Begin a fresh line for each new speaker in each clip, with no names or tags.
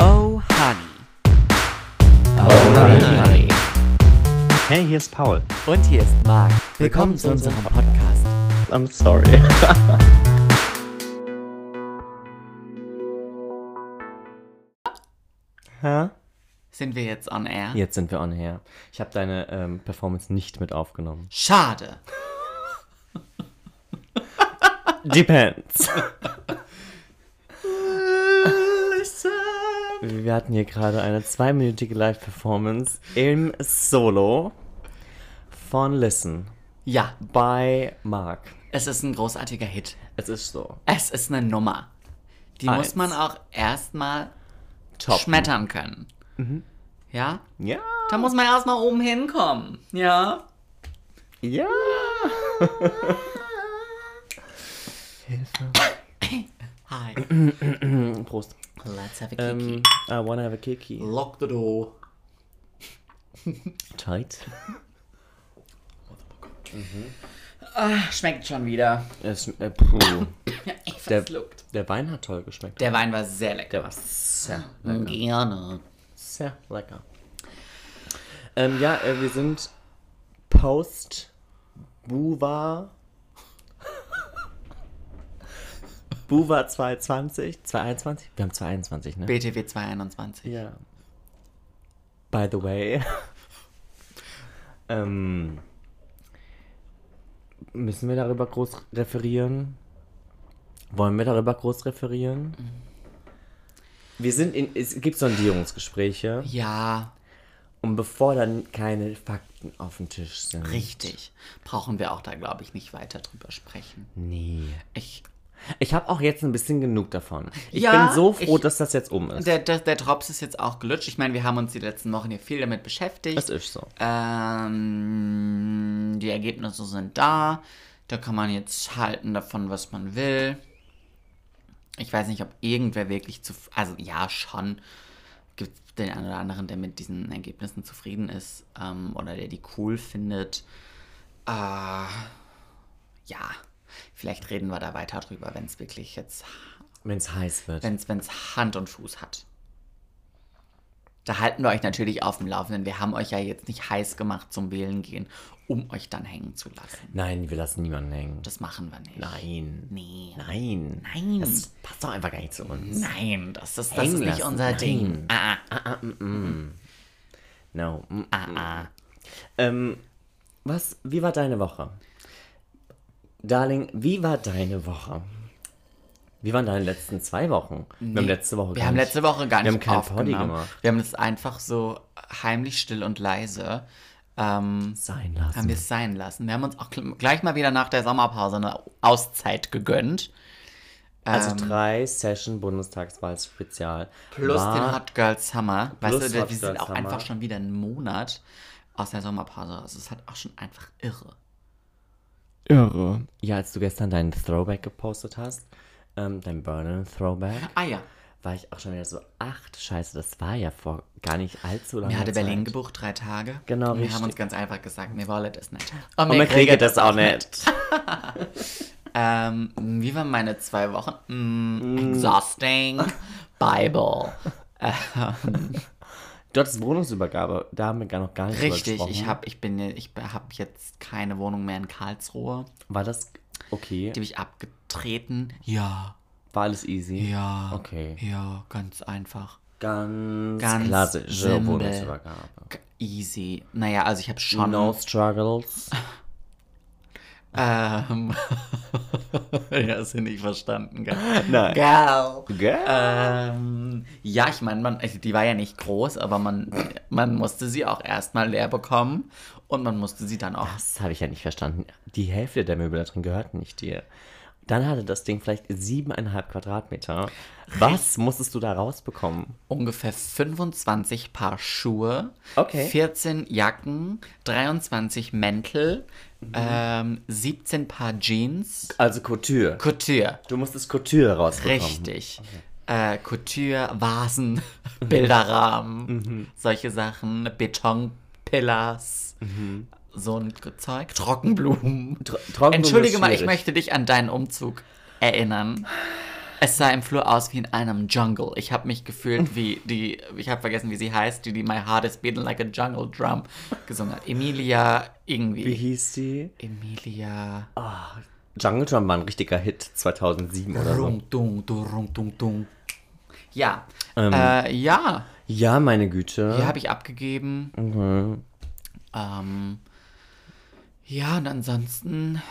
Oh, Honey. Oh,
Alright, honey.
Hey, hier ist Paul.
Und hier ist Marc. Willkommen zu unserem Podcast.
I'm sorry.
Hä?
Sind wir jetzt on air?
Jetzt sind wir on air. Ich habe deine ähm, Performance nicht mit aufgenommen.
Schade.
Depends.
Listen.
Wir hatten hier gerade eine zweiminütige Live-Performance im Solo von Listen
Ja,
by Mark.
es ist ein großartiger Hit.
Es ist so.
Es ist eine Nummer. Die muss
Eins.
man auch erstmal
Top.
schmettern können. Mhm. Ja?
Ja.
Da muss man erstmal oben hinkommen. Ja?
Ja.
Hi.
Prost.
Let's have a
Ähm,
kiki.
I wanna have a kiki.
Lock the door.
Tight.
Schmeckt schon wieder.
Es, äh, puh.
Ich
Der-
verschluckt.
Der Wein hat toll geschmeckt.
Der Wein war sehr lecker.
Der war sehr lecker.
Gerne.
Sehr lecker. Ähm, ja, äh, wir sind post Buva. Buva 220, 221? Wir haben 221, ne?
BTW 221.
ja. By the way. ähm, müssen wir darüber groß referieren? Wollen wir darüber groß referieren? Wir sind in. Es gibt Sondierungsgespräche.
Ja,
Und bevor dann keine Fakten auf dem Tisch sind.
richtig. Brauchen wir auch da, glaube ich, nicht weiter drüber sprechen.
Nee.
Ich,
Ich habe auch jetzt ein bisschen genug davon. Ich
Ja,
bin so froh,
ich-
dass das jetzt um ist.
der, der, der Drops ist jetzt auch gelutscht. Ich meine, wir haben uns die letzten Wochen hier viel damit beschäftigt.
Das ist so.
Ähm, die Ergebnisse sind da. Da kann man jetzt halten davon, was man will. Ich weiß nicht, ob irgendwer wirklich zu. Also, ja, schon. Gibt den einen oder anderen, der mit diesen Ergebnissen zufrieden ist ähm, oder der die cool findet. Äh, ja. Vielleicht reden wir da weiter drüber, wenn es wirklich jetzt.
Wenn es heiß wird.
Wenn es Hand und Fuß hat. Da halten wir euch natürlich auf dem Laufenden. Wir haben euch ja jetzt nicht heiß gemacht zum Wählen gehen, um euch dann hängen zu lassen.
Nein, wir lassen niemanden hängen.
Das machen wir nicht.
Nein.
Nee.
Nein.
Nein. Mhm.
Das passt doch einfach gar nicht zu uns.
Nein, das ist, das
Hängen
ist nicht
lassen,
unser
nein.
Ding. Ah, ah,
No. Mm.
ah, ah.
Ähm, was, wie war deine Woche? Darling, wie war deine Woche? Wie waren deine letzten zwei Wochen? Wir haben letzte Woche
Wir
gar
haben
nicht-
letzte Woche gar
wir
nicht
haben keinen Poddy
aufgenommen.
gemacht.
Wir haben das einfach so heimlich, still und leise ähm,
sein lassen.
haben wir es sein lassen. Wir haben uns auch gl- gleich mal wieder nach der Sommerpause eine Auszeit gegönnt.
Also drei Session Bundestagswahl Spezial.
ähm, Plus
war,
den Hot Girl Summer. Weißt
Plus
du, wir
Hot
sind
Girl
auch
Summer.
einfach schon wieder einen Monat aus der Sommerpause raus. Das ist halt auch schon einfach irre.
Irre. Ja, als du gestern deinen Throwback gepostet hast, ähm, dein Burner Throwback,
Ah ja,
war ich auch schon wieder so, ach du Scheiße, das war ja vor gar nicht allzu lange.
mir hatte
Zeit.
Berlin gebucht, drei Tage.
halt Genau,
Wir
richtig. Oh,
haben uns ganz einfach gesagt, mir wollen das nicht.
Und wir kriegen das auch nicht.
Ähm, wie waren meine zwei Wochen? Mm, Exhausting. Bible.
Du hattest Wohnungsübergabe, da haben wir gar noch gar nicht drüber
Richtig,
gesprochen.
ich habe ich bin, ich hab jetzt keine Wohnung mehr in Karlsruhe.
War das okay?
Die habe ich abgetreten. Ja,
War alles easy?
ja.
Okay.
Ja, ganz einfach.
Ganz,
Ganz
klassische
simpel.
Wohnungsübergabe.
G- Easy. Naja, also ich habe schon.
No struggles.
Ähm, ja, hast du nicht verstanden, gell?
Nein.
Girl.
Gell?
Ähm, ja, ich meine, man, also die war ja nicht groß, aber man, man musste sie auch erstmal leer bekommen und man musste sie dann auch.
Das habe ich ja nicht verstanden. Die Hälfte der Möbel da drin gehört nicht dir. Dann hatte das Ding vielleicht siebeneinhalb Quadratmeter. Was musstest du da rausbekommen?
Ungefähr 25 Paar Schuhe,
Okay.
14 Jacken, 23 Mäntel,
Mhm.
ähm, 17 Paar Jeans,
Also Couture.
Couture.
Du musstest Couture rausbekommen.
Richtig. Äh, Couture, Vasen, Bilderrahmen,
Mhm.
solche Sachen, Betonpillars, so ein Zeug, Trockenblumen.
Mhm. Tro- Trockenblumen
Entschuldige
ist
mal, ich
schwierig.
möchte dich an deinen Umzug erinnern. Es sah im Flur aus wie in einem Jungle. Ich habe mich gefühlt wie die, ich habe vergessen, wie sie heißt, die, die My Heart is Beating Like a Jungle Drum gesungen hat. Emilia
Wie
irgendwie.
hieß die?
Emilia.
Jungle Drum war ein richtiger Hit 2007 oder so.
Rung, dung, du, rung, dung, dung. Ja. Äh, ja.
Ähm. Ja, meine Güte.
Hier habe ich abgegeben. Ähm, ja, und ansonsten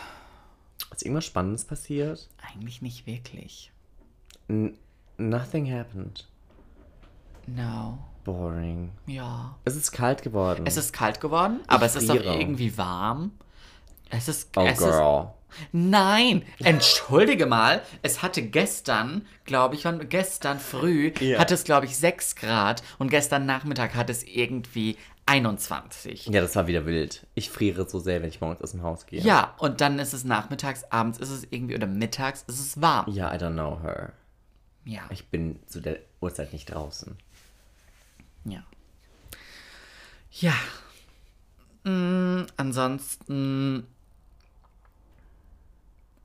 Ist irgendwas Spannendes passiert?
eigentlich nicht wirklich.
N nothing happened.
No.
Boring.
Ja.
Es ist kalt geworden.
Es ist kalt geworden, aber es ist doch
friere.
irgendwie warm. Es ist.
oh,
es
girl.
Ist, nein! Entschuldige mal, es hatte gestern, glaube ich, wann- gestern früh
Ja.
hatte es, glaube ich, 6 Grad und gestern Nachmittag hatte es irgendwie 21.
Ja, das war wieder wild. Ich friere so sehr, wenn ich morgens aus dem Haus gehe.
Ja, und dann ist es nachmittags, abends ist es irgendwie oder mittags ist es warm.
Ja, I don't know her.
Ja.
Ich bin zu der Uhrzeit nicht draußen.
Ja. Ja. Mm, ansonsten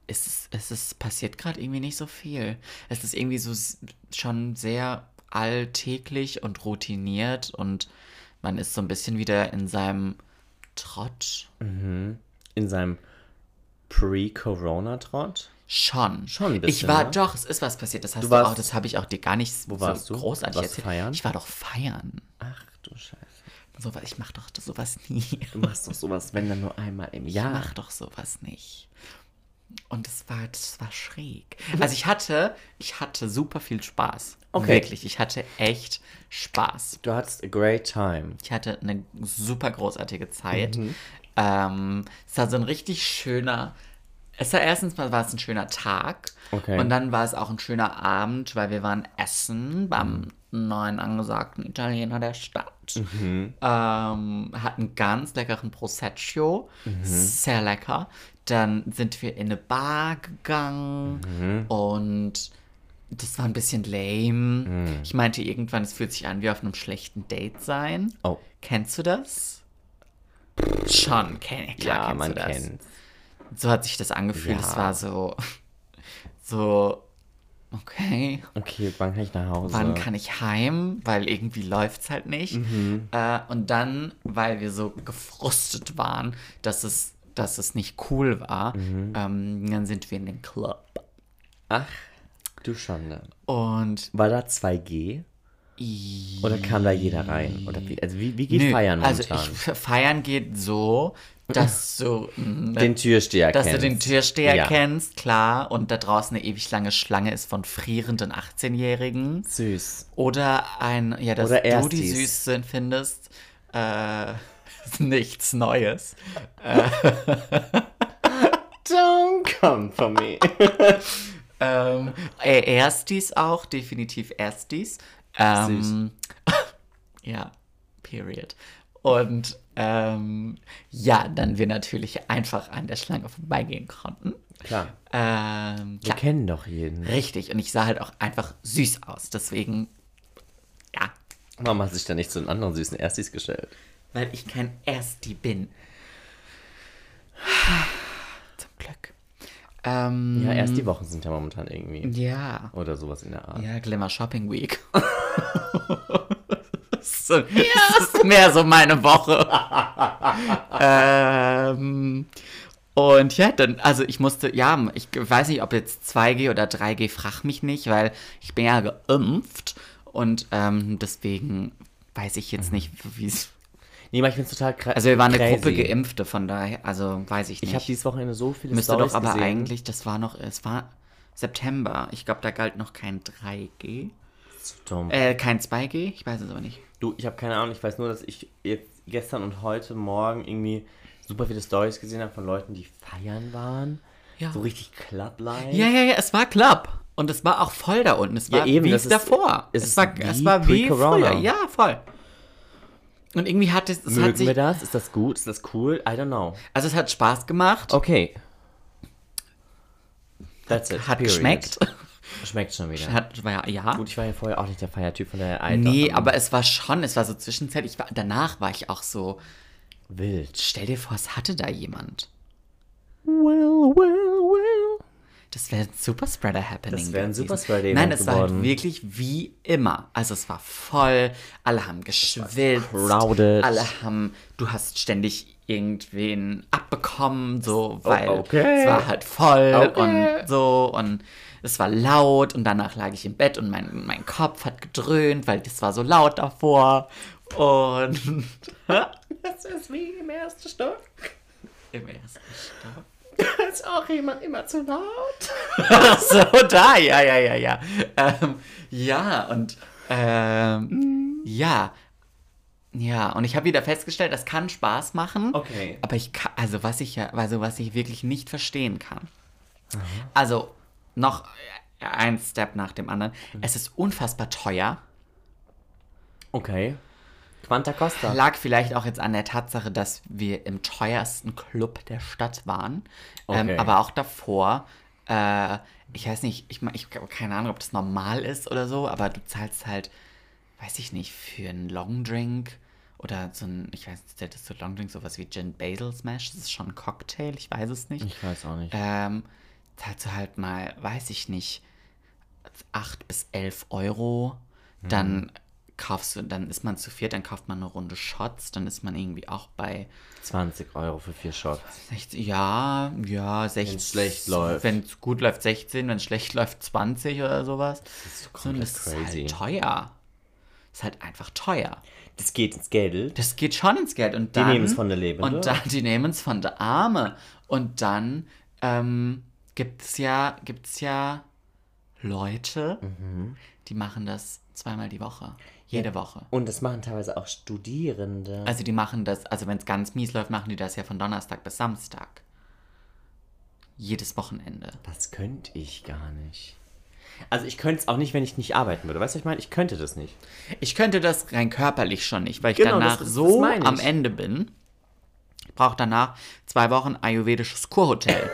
ist es, ist es passiert gerade irgendwie nicht so viel. Es ist irgendwie so s- schon sehr alltäglich und routiniert und man ist so ein bisschen wieder in seinem Trott.
In seinem Pre-Corona-Trott?
Schon.
Schon ein
Ich
bisschen,
war
ne?
doch, es ist was passiert. Das hast du,
warst-
auch, das habe ich auch dir gar nicht so
warst du?
großartig
Warst du
erzählt.
feiern?
Ich war doch feiern.
Ach du Scheiße.
Sowas, ich mach doch sowas nie.
Du machst doch sowas, wenn dann nur einmal im
Ich
Jahr.
mach doch sowas nicht. Und es war, das war schräg. Also ich hatte, ich hatte super viel Spaß.
Okay.
Wirklich, ich hatte echt Spaß.
Du hattest a great time.
Ich hatte eine super großartige Zeit. Ähm, es war so ein richtig schöner. Es war erstens mal war es ein schöner Tag.
Okay.
Und dann war es auch ein schöner Abend, weil wir waren essen beim neuen angesagten Italiener der Stadt. Ähm, hatten ganz leckeren Prosecco. Sehr lecker. Dann sind wir in eine Bar gegangen und das war ein bisschen lame. Ich meinte irgendwann, es fühlt sich an wie auf einem schlechten Date sein.
Oh.
Kennst du das? Schon, kenn, klar
Ja,
kennst
man
du das.
kennt.
So hat sich das angefühlt.
Ja.
Es war so, so, okay,
Okay, wann kann ich nach Hause?
wann kann ich heim? Weil irgendwie läuft's halt nicht.
Mhm.
Äh, und dann, weil wir so gefrustet waren, dass es, dass es nicht cool war,
Mhm.
ähm, dann sind wir in den Club.
Ach, du Schande.
Und
War da 2G? Oder kam da jeder rein? Oder wie, also wie, wie geht
nö,
Feiern
also
momentan?
ich, feiern geht so, dass so mm,
den Türsteher
Dass
kennst.
du den Türsteher
ja.
kennst, klar, und da draußen eine ewig lange Schlange ist von frierenden 18-Jährigen.
Süß.
Oder ein, ja, dass
Oder
du die
Erstis.
Süße findest, äh, ist nichts Neues.
Don't come for me.
Ähm, äh, Erstis auch, definitiv Erstis. Ähm, ja, period. Und ähm, ja, dann wir natürlich einfach an der Schlange vorbeigehen konnten.
Klar,
Ähm,
wir kennen doch jeden.
Richtig, und ich sah halt auch einfach süß aus. Deswegen, ja,
Warum hat sich da nicht zu den anderen süßen Erstis gestellt?
weil ich kein Ersti bin. Zum Glück. Ähm,
Ja, erst die Wochen sind ja momentan irgendwie.
ja.
Oder sowas in der Art.
Ja, Glimmer Shopping Week. so, Das ist mehr so meine Woche. ähm, und ja, dann, also ich musste, ja, ich weiß nicht, ob jetzt 2G oder 3G, frag mich nicht, weil ich bin ja geimpft und ähm, deswegen weiß ich jetzt nicht, wie es.
Nee, aber ich bin total krass.
Also wir waren eine Gruppe Geimpfte, von daher, also weiß ich nicht.
Ich habe dieses Wochenende so viele
Müsste
Storys
doch aber
gesehen.
eigentlich, das war noch, es war September. Ich glaube, da galt noch kein 3G.
Zu dumm.
Äh, kein 2G? Ich weiß es aber nicht.
Du, ich habe keine Ahnung. Ich weiß nur, dass ich jetzt gestern und heute Morgen irgendwie super viele Stories gesehen habe von Leuten, die feiern waren.
Ja.
So richtig Club-like.
Ja, ja, ja, es war Club. Und es war auch voll da unten. Es war
eben,
wie
das
es
ist-
davor.
es
Es,
ist
war,
wie
es war wie
pre-Corona.
früher. Ja, voll. Und irgendwie hat es, es hat
Mögen
sich,
wir das? Ist das gut? Ist das cool? I don't know.
also es hat Spaß gemacht,
Okay. That's it.
hat
period.
geschmeckt,
Schmeckt schon wieder.
hat, war, ja,
Gut, ich war ja vorher auch nicht der Feiertyp von der Alter.
nee, aber es war schon, es war so zwischenzeitlich, ich war, danach war ich auch so,
Wild.
stell dir vor, es hatte da jemand.
Well, well, well.
Das wäre ein Superspreader-Happening.
Das wär ein
gewesen.
Superspreader-Event
Nein, es war halt
geworden.
wirklich wie immer. Also es war voll, alle haben geschwitzt.
crowded.
Alle haben, du hast ständig irgendwen abbekommen, so,
Oh,
weil
okay.
es war halt voll
Okay.
und so und es war laut und danach lag ich im Bett und mein, mein Kopf hat gedröhnt, weil das war so laut davor. Und
Das ist wie im ersten Stock.
im ersten Stock.
Da ist auch jemand immer zu laut.
Ach so, da, ja, ja, ja, ja. Ähm, ja, und ähm, ja. Ja, und ich habe wieder festgestellt, das kann Spaß machen.
Okay.
Aber ich kann, also was ich ja, also was ich wirklich nicht verstehen kann. Also, noch äh, ein Step nach dem anderen. Es ist unfassbar teuer.
Okay. Quanta Costa.
Lag vielleicht auch jetzt an der Tatsache, dass wir im teuersten Club der Stadt waren.
Okay.
Ähm, aber auch davor, äh, ich weiß nicht, ich, mein, ich hab keine Ahnung, ob das normal ist oder so, aber du zahlst halt, weiß ich nicht, für einen Longdrink oder so ein, ich weiß nicht, das ist so Longdrink, sowas wie Gin Basil Smash, das ist schon ein Cocktail, ich weiß es nicht.
Ich weiß auch nicht.
Ähm, zahlst du halt mal, weiß ich nicht, 8 bis 11 Euro,
Mhm.
dann kaufst du, dann ist man zu viert, dann kauft man eine Runde Shots, dann ist man irgendwie auch bei
20 Euro für vier Shots.
16, ja, ja, 16.
schlecht läuft.
Wenn es gut läuft, 16, wenn es schlecht läuft, 20 oder sowas. Das ist, so, und
komplett
das
crazy.
ist halt teuer. Ist halt einfach teuer.
Das geht ins Geld.
Das geht schon ins Geld. Und dann,
nehmen's von der Leber, ne?
Und dann, die nehmen es von der Arme. Und dann ähm, gibt es ja, gibt's ja Leute,
Mhm.
die machen das zweimal die Woche. Jede Woche.
Und das machen teilweise auch Studierende.
Also die machen das, also wenn es ganz mies läuft, machen die das ja von Donnerstag bis Samstag. Jedes Wochenende.
das könnte ich gar nicht. Also ich könnte es auch nicht, wenn ich nicht arbeiten würde. Weißt du, was ich meine? Ich könnte das nicht.
Ich könnte das rein körperlich schon nicht, weil ich
Genau,
danach
das- das
so
meine ich.
am Ende bin. Ich brauche danach zwei Wochen ayurvedisches Kurhotel.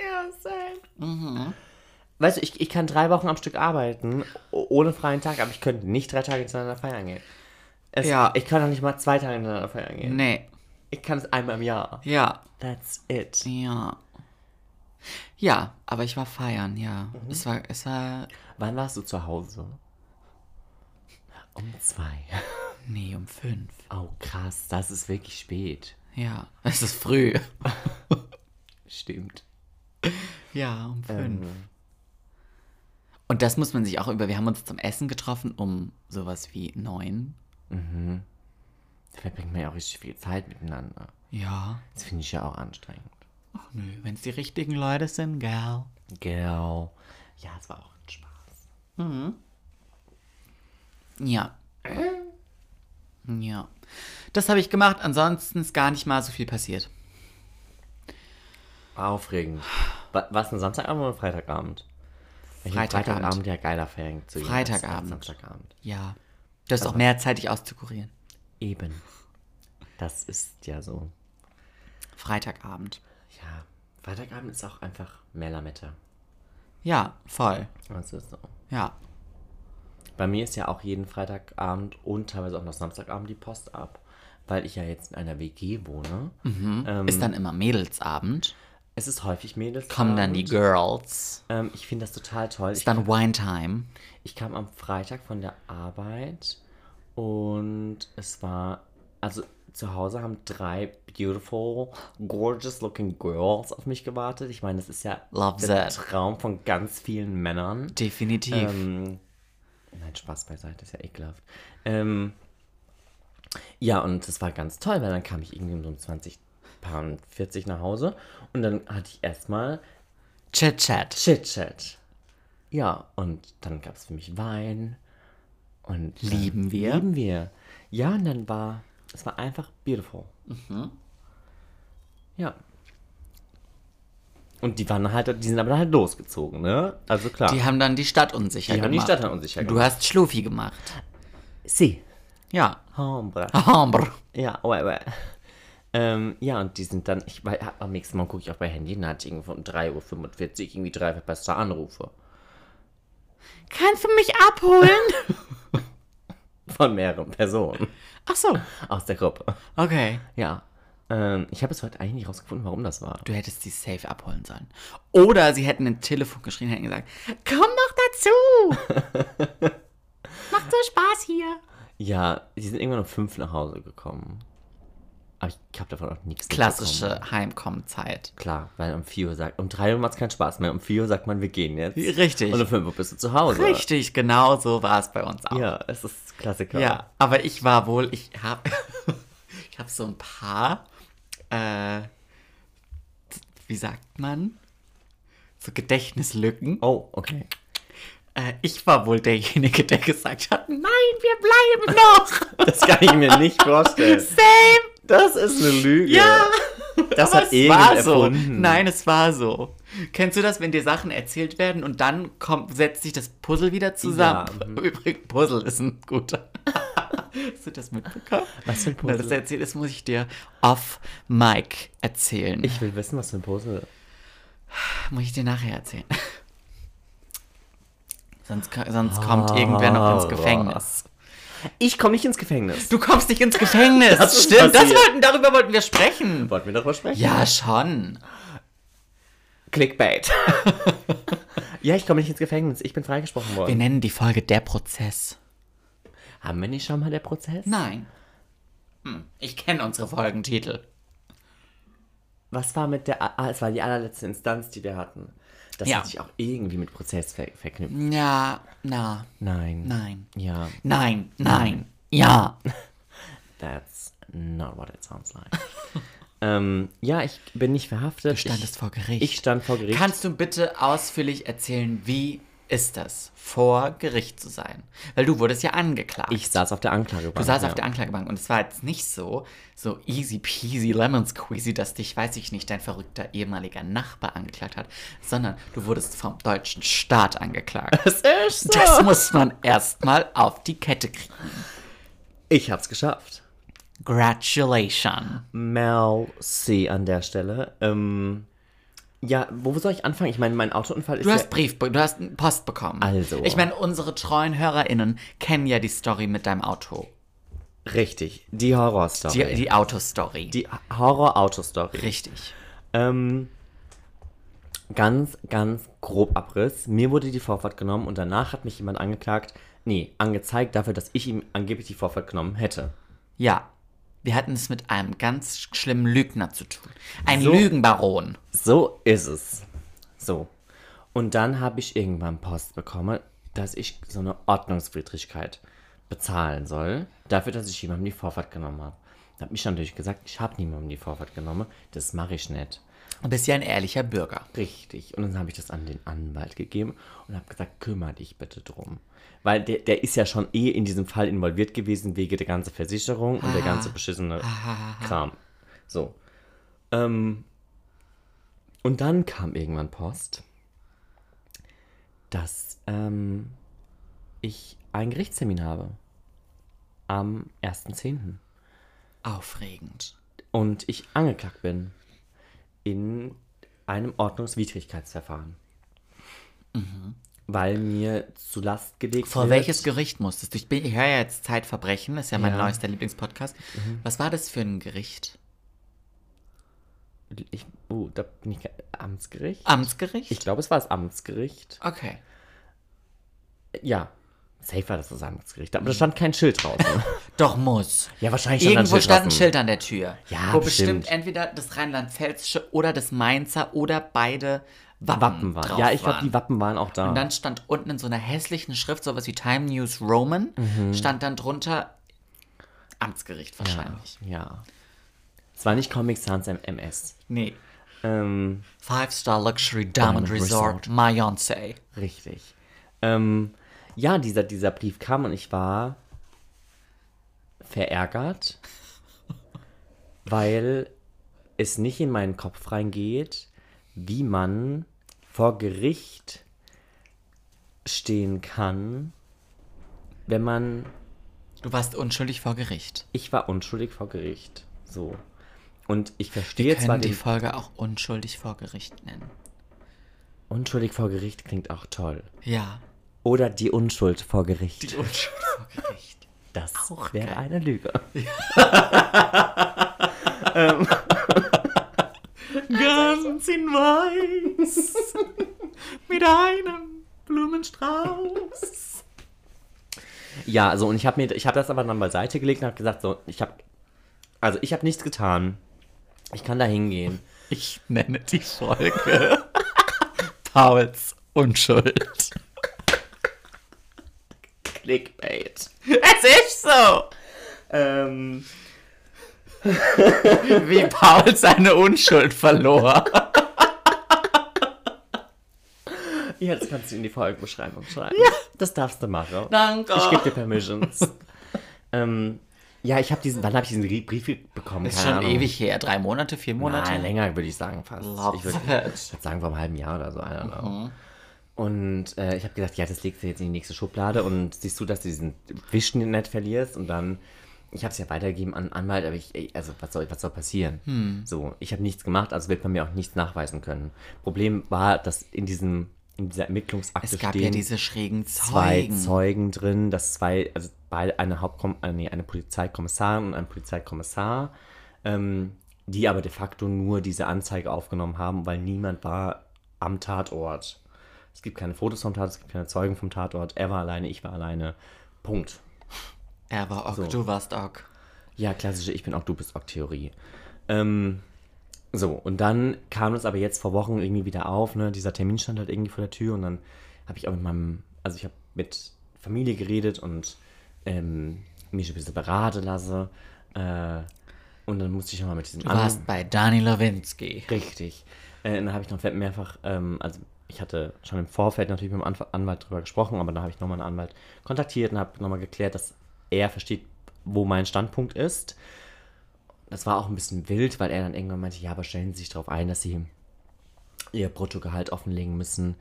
Ja, same.
Mhm.
Weißt du, ich, ich kann drei Wochen am Stück arbeiten, o- ohne freien Tag, aber ich könnte nicht drei Tage hintereinander feiern gehen. Es,
Ja.
Ich kann auch nicht mal zwei Tage hintereinander feiern gehen.
nee,
Ich kann es einmal im Jahr.
ja.
That's it.
Ja. Ja, aber ich war feiern, ja. Es war, es war,
Wann warst du zu Hause? Um zwei.
nee, um fünf.
Oh krass, das ist wirklich spät.
Ja, es ist früh.
Stimmt.
Ja, um fünf. Und das muss man sich auch über, wir haben uns zum Essen getroffen um sowas wie neun.
Da verbringt man ja auch richtig viel Zeit miteinander.
Ja.
Das finde ich ja auch anstrengend.
Ach nö, wenn es die richtigen Leute sind, gell.
Genau. Ja, es war auch ein Spaß.
Ja. Ja. Das habe ich gemacht, ansonsten ist gar nicht mal so viel passiert.
War aufregend. War es ein Samstagabend oder ein Freitagabend? Ich finde
Freitagabend.
Freitagabend ja geiler Ferien zu gehen als- als
Freitagabend.
Samstagabend.
Ja. Also Du hast auch mehr Zeit, dich auszukurieren.
Eben. Das ist ja so.
Freitagabend.
Ja, Freitagabend ist auch einfach mehr Lametta.
Ja, voll.
Das ist so.
Ja.
Bei mir ist ja auch jeden Freitagabend und teilweise auch noch Samstagabend die Post ab, weil ich ja jetzt in einer WG wohne.
Ist
Ähm,
dann immer Mädelsabend.
Es ist häufig Mädels.
Kommen dann die Girls.
Ähm, ich finde das total toll. Ich,
Ist dann Wine Time.
ich kam am Freitag von der Arbeit und es war, also zu Hause haben drei beautiful, gorgeous looking girls auf mich gewartet. Ich meine, das ist ja
Love
der
that.
Traum von ganz vielen Männern.
Definitiv.
Ähm, nein, Spaß beiseite, ist ja ekelhaft. Ähm, ja, und das war ganz toll, weil dann kam ich irgendwie um so um 20, paar und 40 nach Hause und dann hatte ich erstmal
Chit Chat.
Chit-Chat. Ja, und dann gab es für mich Wein und dann
Lieben wir.
Lieben wir. Ja, und dann war, es war einfach beautiful.
Mhm.
Ja. Und die waren halt, die sind aber dann halt losgezogen, ne? Also klar.
Die haben dann die Stadt unsicher
Die haben
gemacht.
die Stadt dann unsicher
Du hast Schlufi gemacht.
Sie.
Ja.
Hombre.
Ah. Hamburg.
Ja, ouais, ouais. Ähm, ja, und die sind dann, ich weil, am nächsten Mal gucke ich auch bei Handy, dann hatte ich irgendwie um 3.45 Uhr irgendwie drei verpasste Anrufe.
Kannst du mich abholen?
Von mehreren Personen
Ach so.
aus der Gruppe.
Okay.
Ja. Ähm, ich habe es heute eigentlich nicht rausgefunden, warum das war.
Du hättest sie safe abholen sollen. Oder sie hätten ein Telefon geschrien, hätten gesagt, komm noch dazu! Macht so Spaß hier!
Ja, die sind irgendwann um fünf nach Hause gekommen. Aber ich habe davon auch nichts mitbekommen.
Klassische Heimkommenzeit.
Klar, weil um 4 Uhr sagt, um 3 Uhr macht es keinen Spaß mehr. Um 4 Uhr sagt man, wir gehen jetzt.
Richtig.
Und um 5 Uhr bist du zu Hause.
Richtig, genau so war es bei uns auch.
Ja, es ist Klassiker.
Ja, aber ich war wohl, ich habe ich hab so ein paar, äh, wie sagt man, so Gedächtnislücken.
Oh, okay.
Äh, ich war wohl derjenige, der gesagt hat, nein, wir bleiben noch.
Das kann ich mir nicht vorstellen.
Same.
Das ist eine Lüge.
Ja.
Das
Aber
hat
es
irgend
war so.
erfunden.
Nein, es war so. Kennst du das, wenn dir Sachen erzählt werden und dann kommt, setzt sich das Puzzle wieder zusammen?
Ja, mhm.
Übrigens, Puzzle ist ein guter. Hast du das mitbekommen?
Was für ein
Wenn das
Puzzle?
erzählt ist, muss ich dir off Mike erzählen.
Ich will wissen, was für ein Puzzle.
muss ich dir nachher erzählen. Sonst, ko- sonst kommt irgendwer noch ins
Ah.
Gefängnis.
Ich komme nicht ins Gefängnis.
Du kommst nicht ins Gefängnis.
Das ist
Stimmt, das
passiert.
wollten, darüber wollten wir sprechen.
Wollten wir darüber sprechen?
Ja, schon.
Clickbait. ja, ich komme nicht ins Gefängnis. Ich bin freigesprochen
Wir
worden.
nennen die Folge Der Prozess.
Haben wir nicht schon mal der Prozess?
Nein. Hm, ich kenne unsere Folgentitel.
Was war mit der. Ah, es war die allerletzte Instanz, die wir hatten. Das
Ja.
hat sich auch irgendwie mit Prozess ver verknüpft.
Ja, na,
Nein.
nein.
Ja,
Nein, nein, ja.
that's not what it sounds like. ähm, ja, ich bin nicht verhaftet.
Du standest
ich,
vor Gericht.
Ich stand vor Gericht.
Kannst du bitte ausführlich erzählen, wie ist das, vor Gericht zu sein? Weil du wurdest ja angeklagt.
ich saß auf der Anklagebank.
Du saßt auf
ja.
der Anklagebank und es war jetzt nicht so, so easy peasy lemon squeezy, dass dich, weiß ich nicht, dein verrückter ehemaliger Nachbar angeklagt hat, sondern du wurdest vom deutschen Staat angeklagt. Das
ist so.
Das muss man erstmal auf die Kette kriegen.
Ich hab's geschafft.
Gratulation.
Mel C. an der Stelle. Ähm, ja, wo soll ich anfangen? Ich meine, mein Autounfall ist
Du hast
ja,
Brief, du hast Post bekommen.
Also.
Ich meine, unsere treuen HörerInnen kennen ja die Story mit deinem Auto.
richtig. Die Horrorstory.
Die, die Autostory.
die Horror-Auto-Story.
Richtig.
Ähm, ganz, ganz grob Abriss. Mir wurde die Vorfahrt genommen und danach hat mich jemand angeklagt, nee, angezeigt dafür, dass ich ihm angeblich die Vorfahrt genommen hätte.
Ja. Wir hatten es mit einem ganz schlimmen Lügner zu tun. Ein
So.
Lügenbaron.
So ist es. So. Und dann habe ich irgendwann Post bekommen, dass ich so eine Ordnungswidrigkeit bezahlen soll, dafür, dass ich jemandem die Vorfahrt genommen habe. Da habe ich natürlich gesagt, ich habe niemandem die Vorfahrt genommen, das mache ich nicht.
Du bist ja ein ehrlicher Bürger.
Richtig. Und dann habe ich das an den Anwalt gegeben und habe gesagt, kümmere dich bitte drum. Weil der, der ist ja schon eh in diesem Fall involviert gewesen, wegen der ganzen Versicherung und der ganze beschissene Kram. So. Ähm, und dann kam irgendwann Post, dass ähm, ich einen Gerichtstermin habe. Am 1.10.
Aufregend.
Und ich angeklagt bin. In einem Ordnungswidrigkeitsverfahren. Weil mir zu Last gelegt
Vor
wird.
welches Gericht musstest du? Ich, bin, ich höre ja jetzt Zeitverbrechen, ist ja mein
Ja. Mhm.
neuester Lieblingspodcast. Was war das für ein Gericht?
Ich, oh, da bin ich. ge- Amtsgericht?
Amtsgericht?
Ich glaube, es war das Amtsgericht.
okay.
Ja. Safe war das das Amtsgericht. Aber da stand kein Schild ne? draußen.
Doch muss.
ja, wahrscheinlich stand da
Irgendwo stand ein
draußen.
Schild an der Tür.
Ja,
wo
bestimmt.
bestimmt entweder das Rheinland-Pfälzische oder das Mainzer oder beide Wappen,
Wappen waren.
drauf
Ja, ich glaube,
waren.
die Wappen waren auch da.
Und dann stand unten in so einer hässlichen Schrift, sowas wie Time News Roman, stand dann drunter Amtsgericht wahrscheinlich.
ja. Es war nicht Comic Sans MS.
Nee.
Ähm,
Five Star Luxury Diamond,
Diamond
Oh Resort, Mayonnaise.
Richtig. Ähm, ja, dieser, dieser Brief kam und ich war verärgert, weil es nicht in meinen Kopf reingeht, wie man vor Gericht stehen kann, wenn man
Du warst unschuldig vor Gericht.
ich war unschuldig vor Gericht. So. Und ich verstehe
Wir
zwar
können die
den
Folge auch unschuldig vor Gericht nennen.
unschuldig vor Gericht klingt auch toll.
Ja.
Oder die Unschuld vor Gericht.
Unschuldig vor Gericht.
Das
Auch
wäre
geil.
eine Lüge.
Ganz in weiß, mit einem Blumenstrauß.
Ja, also und ich habe mir, ich habe das aber dann beiseite gelegt und habe gesagt, so, ich habe, also ich habe nichts getan. Ich kann da hingehen.
Ich nenne die Folge Pauls Unschuld.
Clickbait.
Es ist so,
Ähm,
wie Paul seine Unschuld verlor.
ja, das kannst du in die Folgenbeschreibung schreiben. Ja. Das darfst du machen.
Danke.
Ich gebe dir Permissions. ähm, ja, ich habe diesen, wann habe ich diesen Rie- Brief bekommen?
ist
Keine
schon
Ahnung.
ewig her. Drei Monate, vier Monate?
Nein, länger würde ich sagen fast.
Love Mhm.
ich würde
it.
würd sagen vor einem halben Jahr oder so, I don't know. Und äh, ich habe gedacht, ja, das legst du jetzt in die nächste Schublade und siehst du, dass du diesen Wischen nicht verlierst und dann, ich habe es ja weitergegeben an einen Anwalt, aber ich, ey, also was soll, was soll passieren?
Hm.
So, ich habe nichts gemacht, also wird man mir auch nichts nachweisen können. Problem war, dass in diesem, in dieser Ermittlungsakte
Es gab
stehen,
ja diese schrägen
zwei
Zeugen.
Zeugen. drin, dass zwei, also beide eine Hauptkom äh, nee, eine Polizeikommissarin und ein Polizeikommissar, ähm, die aber de facto nur diese Anzeige aufgenommen haben, weil niemand war am Tatort. Es gibt keine Fotos vom Tatort, es gibt keine Zeugen vom Tatort. Er war alleine, ich war alleine. Punkt.
Er war Ock, du warst Ock.
Ja, klassische Ich bin auch, du bist auch Theorie. Ähm, so, und dann kam es aber jetzt vor Wochen irgendwie wieder auf, ne? Dieser Termin stand halt irgendwie vor der Tür und dann habe ich auch mit meinem, also ich habe mit Familie geredet und ähm, mich ein bisschen beraten lassen. Äh, und dann musste ich nochmal mit diesem
Du warst bei Dani Lowinski.
Richtig. Äh, und dann habe ich noch mehrfach, ähm, also ich hatte schon im Vorfeld natürlich mit dem Anw- Anwalt drüber gesprochen, aber dann habe ich nochmal einen Anwalt kontaktiert und habe nochmal geklärt, dass er versteht, wo mein Standpunkt ist. Das war auch ein bisschen wild, weil er dann irgendwann meinte, ja, aber stellen Sie sich darauf ein, dass Sie Ihr Bruttogehalt offenlegen müssen.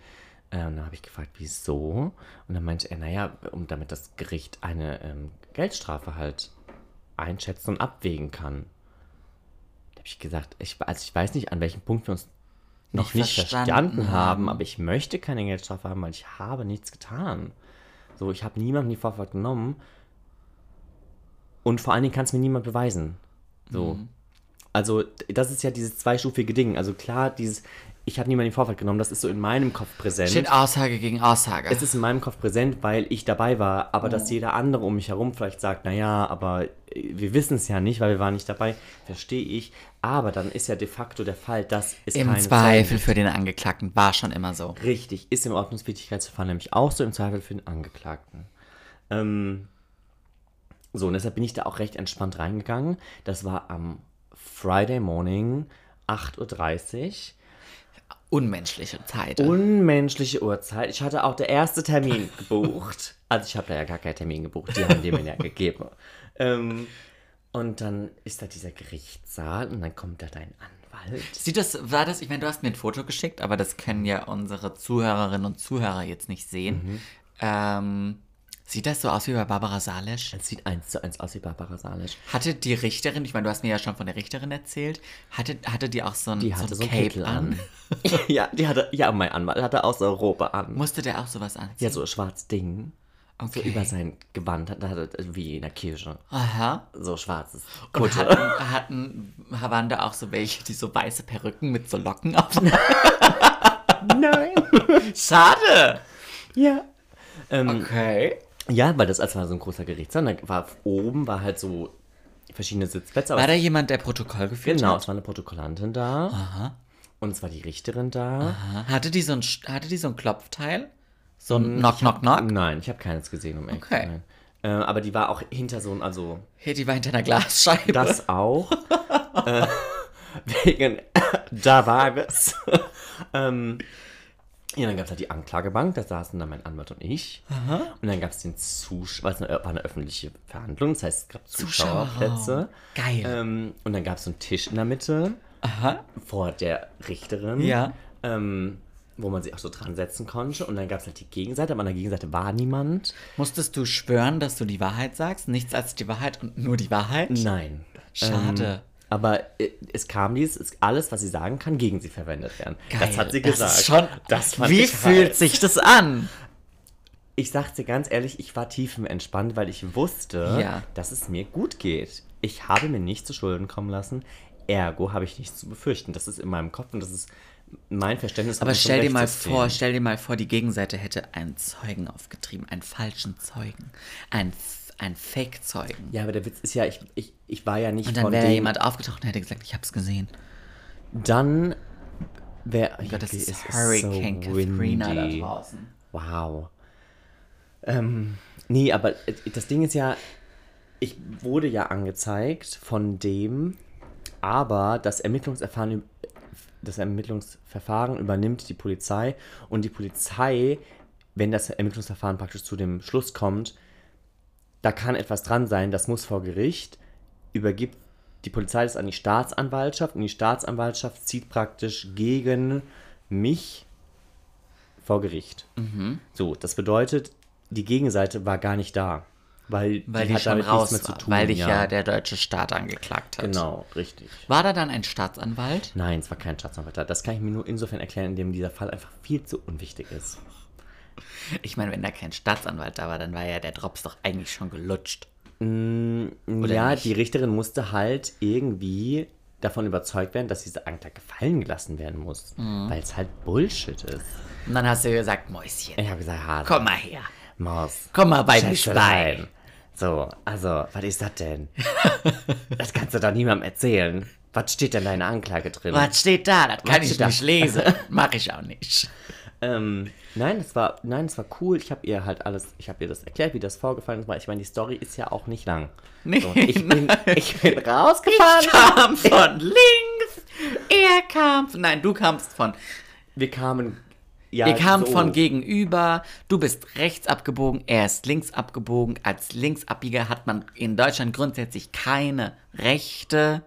Äh, und dann habe ich gefragt, wieso? Und dann meinte er, naja, um damit das Gericht eine ähm, Geldstrafe halt einschätzen und abwägen kann. Da habe ich gesagt, ich, also ich weiß nicht, an welchem Punkt wir uns noch
Nicht
nicht verstanden,
verstanden haben.
haben, aber ich möchte keine Geldstrafe haben, weil ich habe nichts getan. So, ich habe niemandem die Vorfahrt genommen. Und vor allen Dingen kann es mir niemand beweisen. So. Also, d- das ist ja dieses zweistufige Ding. Also klar, dieses, ich habe niemandem die Vorfahrt genommen, das ist so in meinem Kopf präsent.
Steht Aussage gegen Aussage.
Es ist in meinem Kopf präsent, weil ich dabei war, aber dass jeder andere um mich herum vielleicht sagt, naja, aber äh, wir wissen es ja nicht, weil wir waren nicht dabei, verstehe ich. Aber dann ist ja de facto der Fall, dass es
Im
keine
Zweifel
Zeugen-
für den Angeklagten war schon immer so.
Richtig, ist im Ordnungswidrigkeitsverfahren nämlich auch so, im Zweifel für den Angeklagten. Ähm, so, und deshalb bin ich da auch recht entspannt reingegangen. Das war am Friday Morning, 8.30 Uhr.
Unmenschliche Zeit.
Unmenschliche Uhrzeit. Ich hatte auch der erste Termin gebucht. Also ich habe da ja gar keinen Termin gebucht. Die haben die mir ja gegeben. Ähm, und dann ist da dieser Gerichtssaal und dann kommt da dein Anwalt.
Sieht das, war das, ich meine, du hast mir ein Foto geschickt, aber das können ja unsere Zuhörerinnen und Zuhörer jetzt nicht sehen.
Mhm.
Ähm, sieht das so aus wie bei Barbara Salisch?
Es sieht eins zu eins aus wie Barbara Salisch.
Hatte die Richterin, ich meine, du hast mir ja schon von der Richterin erzählt, hatte, hatte die auch so ein,
Die hatte so
ein
einen Kittel an. ja, die hatte, ja, mein Anwalt hatte aus Europa an.
Musste der auch sowas anziehen?
Ja, so ein schwarz Ding.
okay.
So über sein Gewand, da hatte wie in der Kirche.
Aha.
So schwarzes.
Und hatten, hatten, waren da auch so welche, die so weiße Perücken mit so Locken auf?
Nein.
Schade!
ja. Ähm,
Okay.
Ja, weil das als war so ein großer Gerichtssaal. Da war oben war halt so verschiedene Sitzplätze. aber
War da
es-
jemand, der Protokoll geführt
genau,
hat?
es war eine Protokollantin da. Und es war die Richterin da.
Aha. Hatte die so ein, Sch- hatte die so ein Klopfteil? So ein Knock, Knock, Knock?
Nein, ich habe keines gesehen, um ehrlich
Okay.
zu sein. Äh, aber die war auch hinter so einem, also
Hey, die war hinter einer Glasscheibe.
das auch. äh, wegen da war es. ähm, ja, dann gab es halt die Anklagebank, da saßen dann mein Anwalt und ich. Und dann gab es den Zuschauer, weil es eine- war eine öffentliche Verhandlung, das heißt, es gab Zuschauerplätze.
Geil.
Ähm, und dann gab es so einen Tisch in der Mitte
Aha.
vor der Richterin,
Ja.
ähm, wo man sich auch so dran setzen konnte. Und dann gab es halt die Gegenseite, aber an der Gegenseite war niemand.
Musstest du schwören, dass du die Wahrheit sagst? Nichts als die Wahrheit und nur die Wahrheit?
Nein.
Schade.
Ähm, aber äh, es kam dies, es, alles, was sie sagen kann, gegen sie verwendet werden.
Geil.
Das hat sie gesagt.
Das ist schon,
das fand
wie
ich
fühlt
halt.
sich das an?
ich sag's dir ganz ehrlich, ich war tiefenentspannt, weil ich wusste,
Ja.
dass es mir gut geht. Ich habe mir nicht zu Schulden kommen lassen. Ergo habe ich nichts zu befürchten. Das ist in meinem Kopf und das ist mein Verständnis. von
Aber
unserem
stell dir mal
Rechtssystem.
vor, stell dir mal vor, die Gegenseite hätte einen Zeugen aufgetrieben, einen falschen Zeugen, einen, F- einen Fake-Zeugen.
Ja, aber der Witz ist ja, ich, ich, ich war ja nicht
Und dann
von
wäre
dem.
jemand aufgetaucht und hätte gesagt, ich hab's gesehen.
Dann wäre. Oh
Gott, das ist Hurricane Katrina da draußen.
Wow. Ähm, nee, aber äh, das Ding ist ja, ich wurde ja angezeigt von dem, aber das Ermittlungsverfahren, das Ermittlungsverfahren übernimmt die Polizei und die Polizei, wenn das Ermittlungsverfahren praktisch zu dem Schluss kommt, da kann etwas dran sein, das muss vor Gericht, übergibt die Polizei das an die Staatsanwaltschaft und die Staatsanwaltschaft zieht praktisch gegen mich vor Gericht.
Mhm.
So, das bedeutet, die Gegenseite war gar nicht da, weil,
Weil die, schon
damit
raus
nichts
war, weil dich ja. der deutsche Staat angeklagt hat.
genau, richtig.
War da dann ein Staatsanwalt?
Nein, es war kein Staatsanwalt da. Das kann ich mir nur insofern erklären, indem dieser Fall einfach viel zu unwichtig ist.
Ich meine, wenn da kein Staatsanwalt da war, dann war ja der Drops doch eigentlich schon gelutscht.
ja,
nicht?
die Richterin musste halt irgendwie davon überzeugt werden, dass diese Anklage gefallen gelassen werden muss,
Mhm.
weil es halt Bullshit ist.
Und dann hast du gesagt, Mäuschen,
Ich habe gesagt, Hase,
komm mal her.
Maus,
Komm mal bei mir
Schätze
rein.
rein. So, also, was ist das denn? das kannst du doch niemandem erzählen. Was steht denn da in der Anklage drin?
Was steht da? Das kann ich
steht da?
nicht lesen. Mach ich auch nicht.
Ähm, nein, es war, nein, es war cool. Ich habe ihr halt alles, ich habe ihr das erklärt, wie das vorgefallen ist. weil Ich meine, die Story ist ja auch nicht lang.
Nee,
So, und ich, bin, ich bin rausgefahren.
Ich kam von links. Er kam. Nein, du kamst von.
Wir kamen. Ja,
Wir kamen
so.
von gegenüber. Du bist rechts abgebogen. Er ist links abgebogen. Als Linksabbieger hat man in Deutschland grundsätzlich keine Rechte.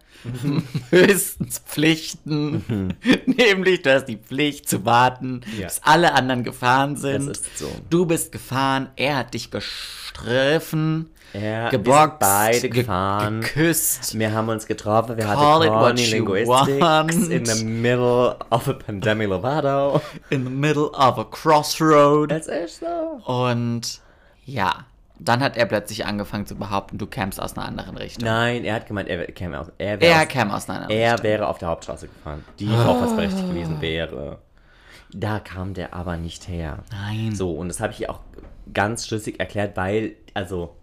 Höchstens Pflichten. Nämlich, du hast die Pflicht zu warten,
Mhm. Ja.
bis alle anderen gefahren sind.
Das ist so.
Du bist gefahren. Er hat dich gestriffen.
Ja,
geboxt.
Ah, wir sind beide
ge-
gefahren.
Geküsst.
Wir haben uns getroffen. Wir
Call it
hatten
what
corny
you
linguistics
want.
in the middle of a pandemic Lovato.
in the middle of a crossroad.
Das ist so.
Und ja, dann hat er plötzlich angefangen zu behaupten, du kämst aus einer anderen Richtung.
Nein, er hat gemeint, er käme aus. Er, wäre
er
aus,
käme aus Ah. einer anderen
er
Richtung.
wäre auf der Hauptstraße gefahren, die auch was berechtigt gewesen wäre. Da kam der aber nicht her.
Nein.
So, und das habe ich ihr auch ganz schlüssig erklärt, weil, also,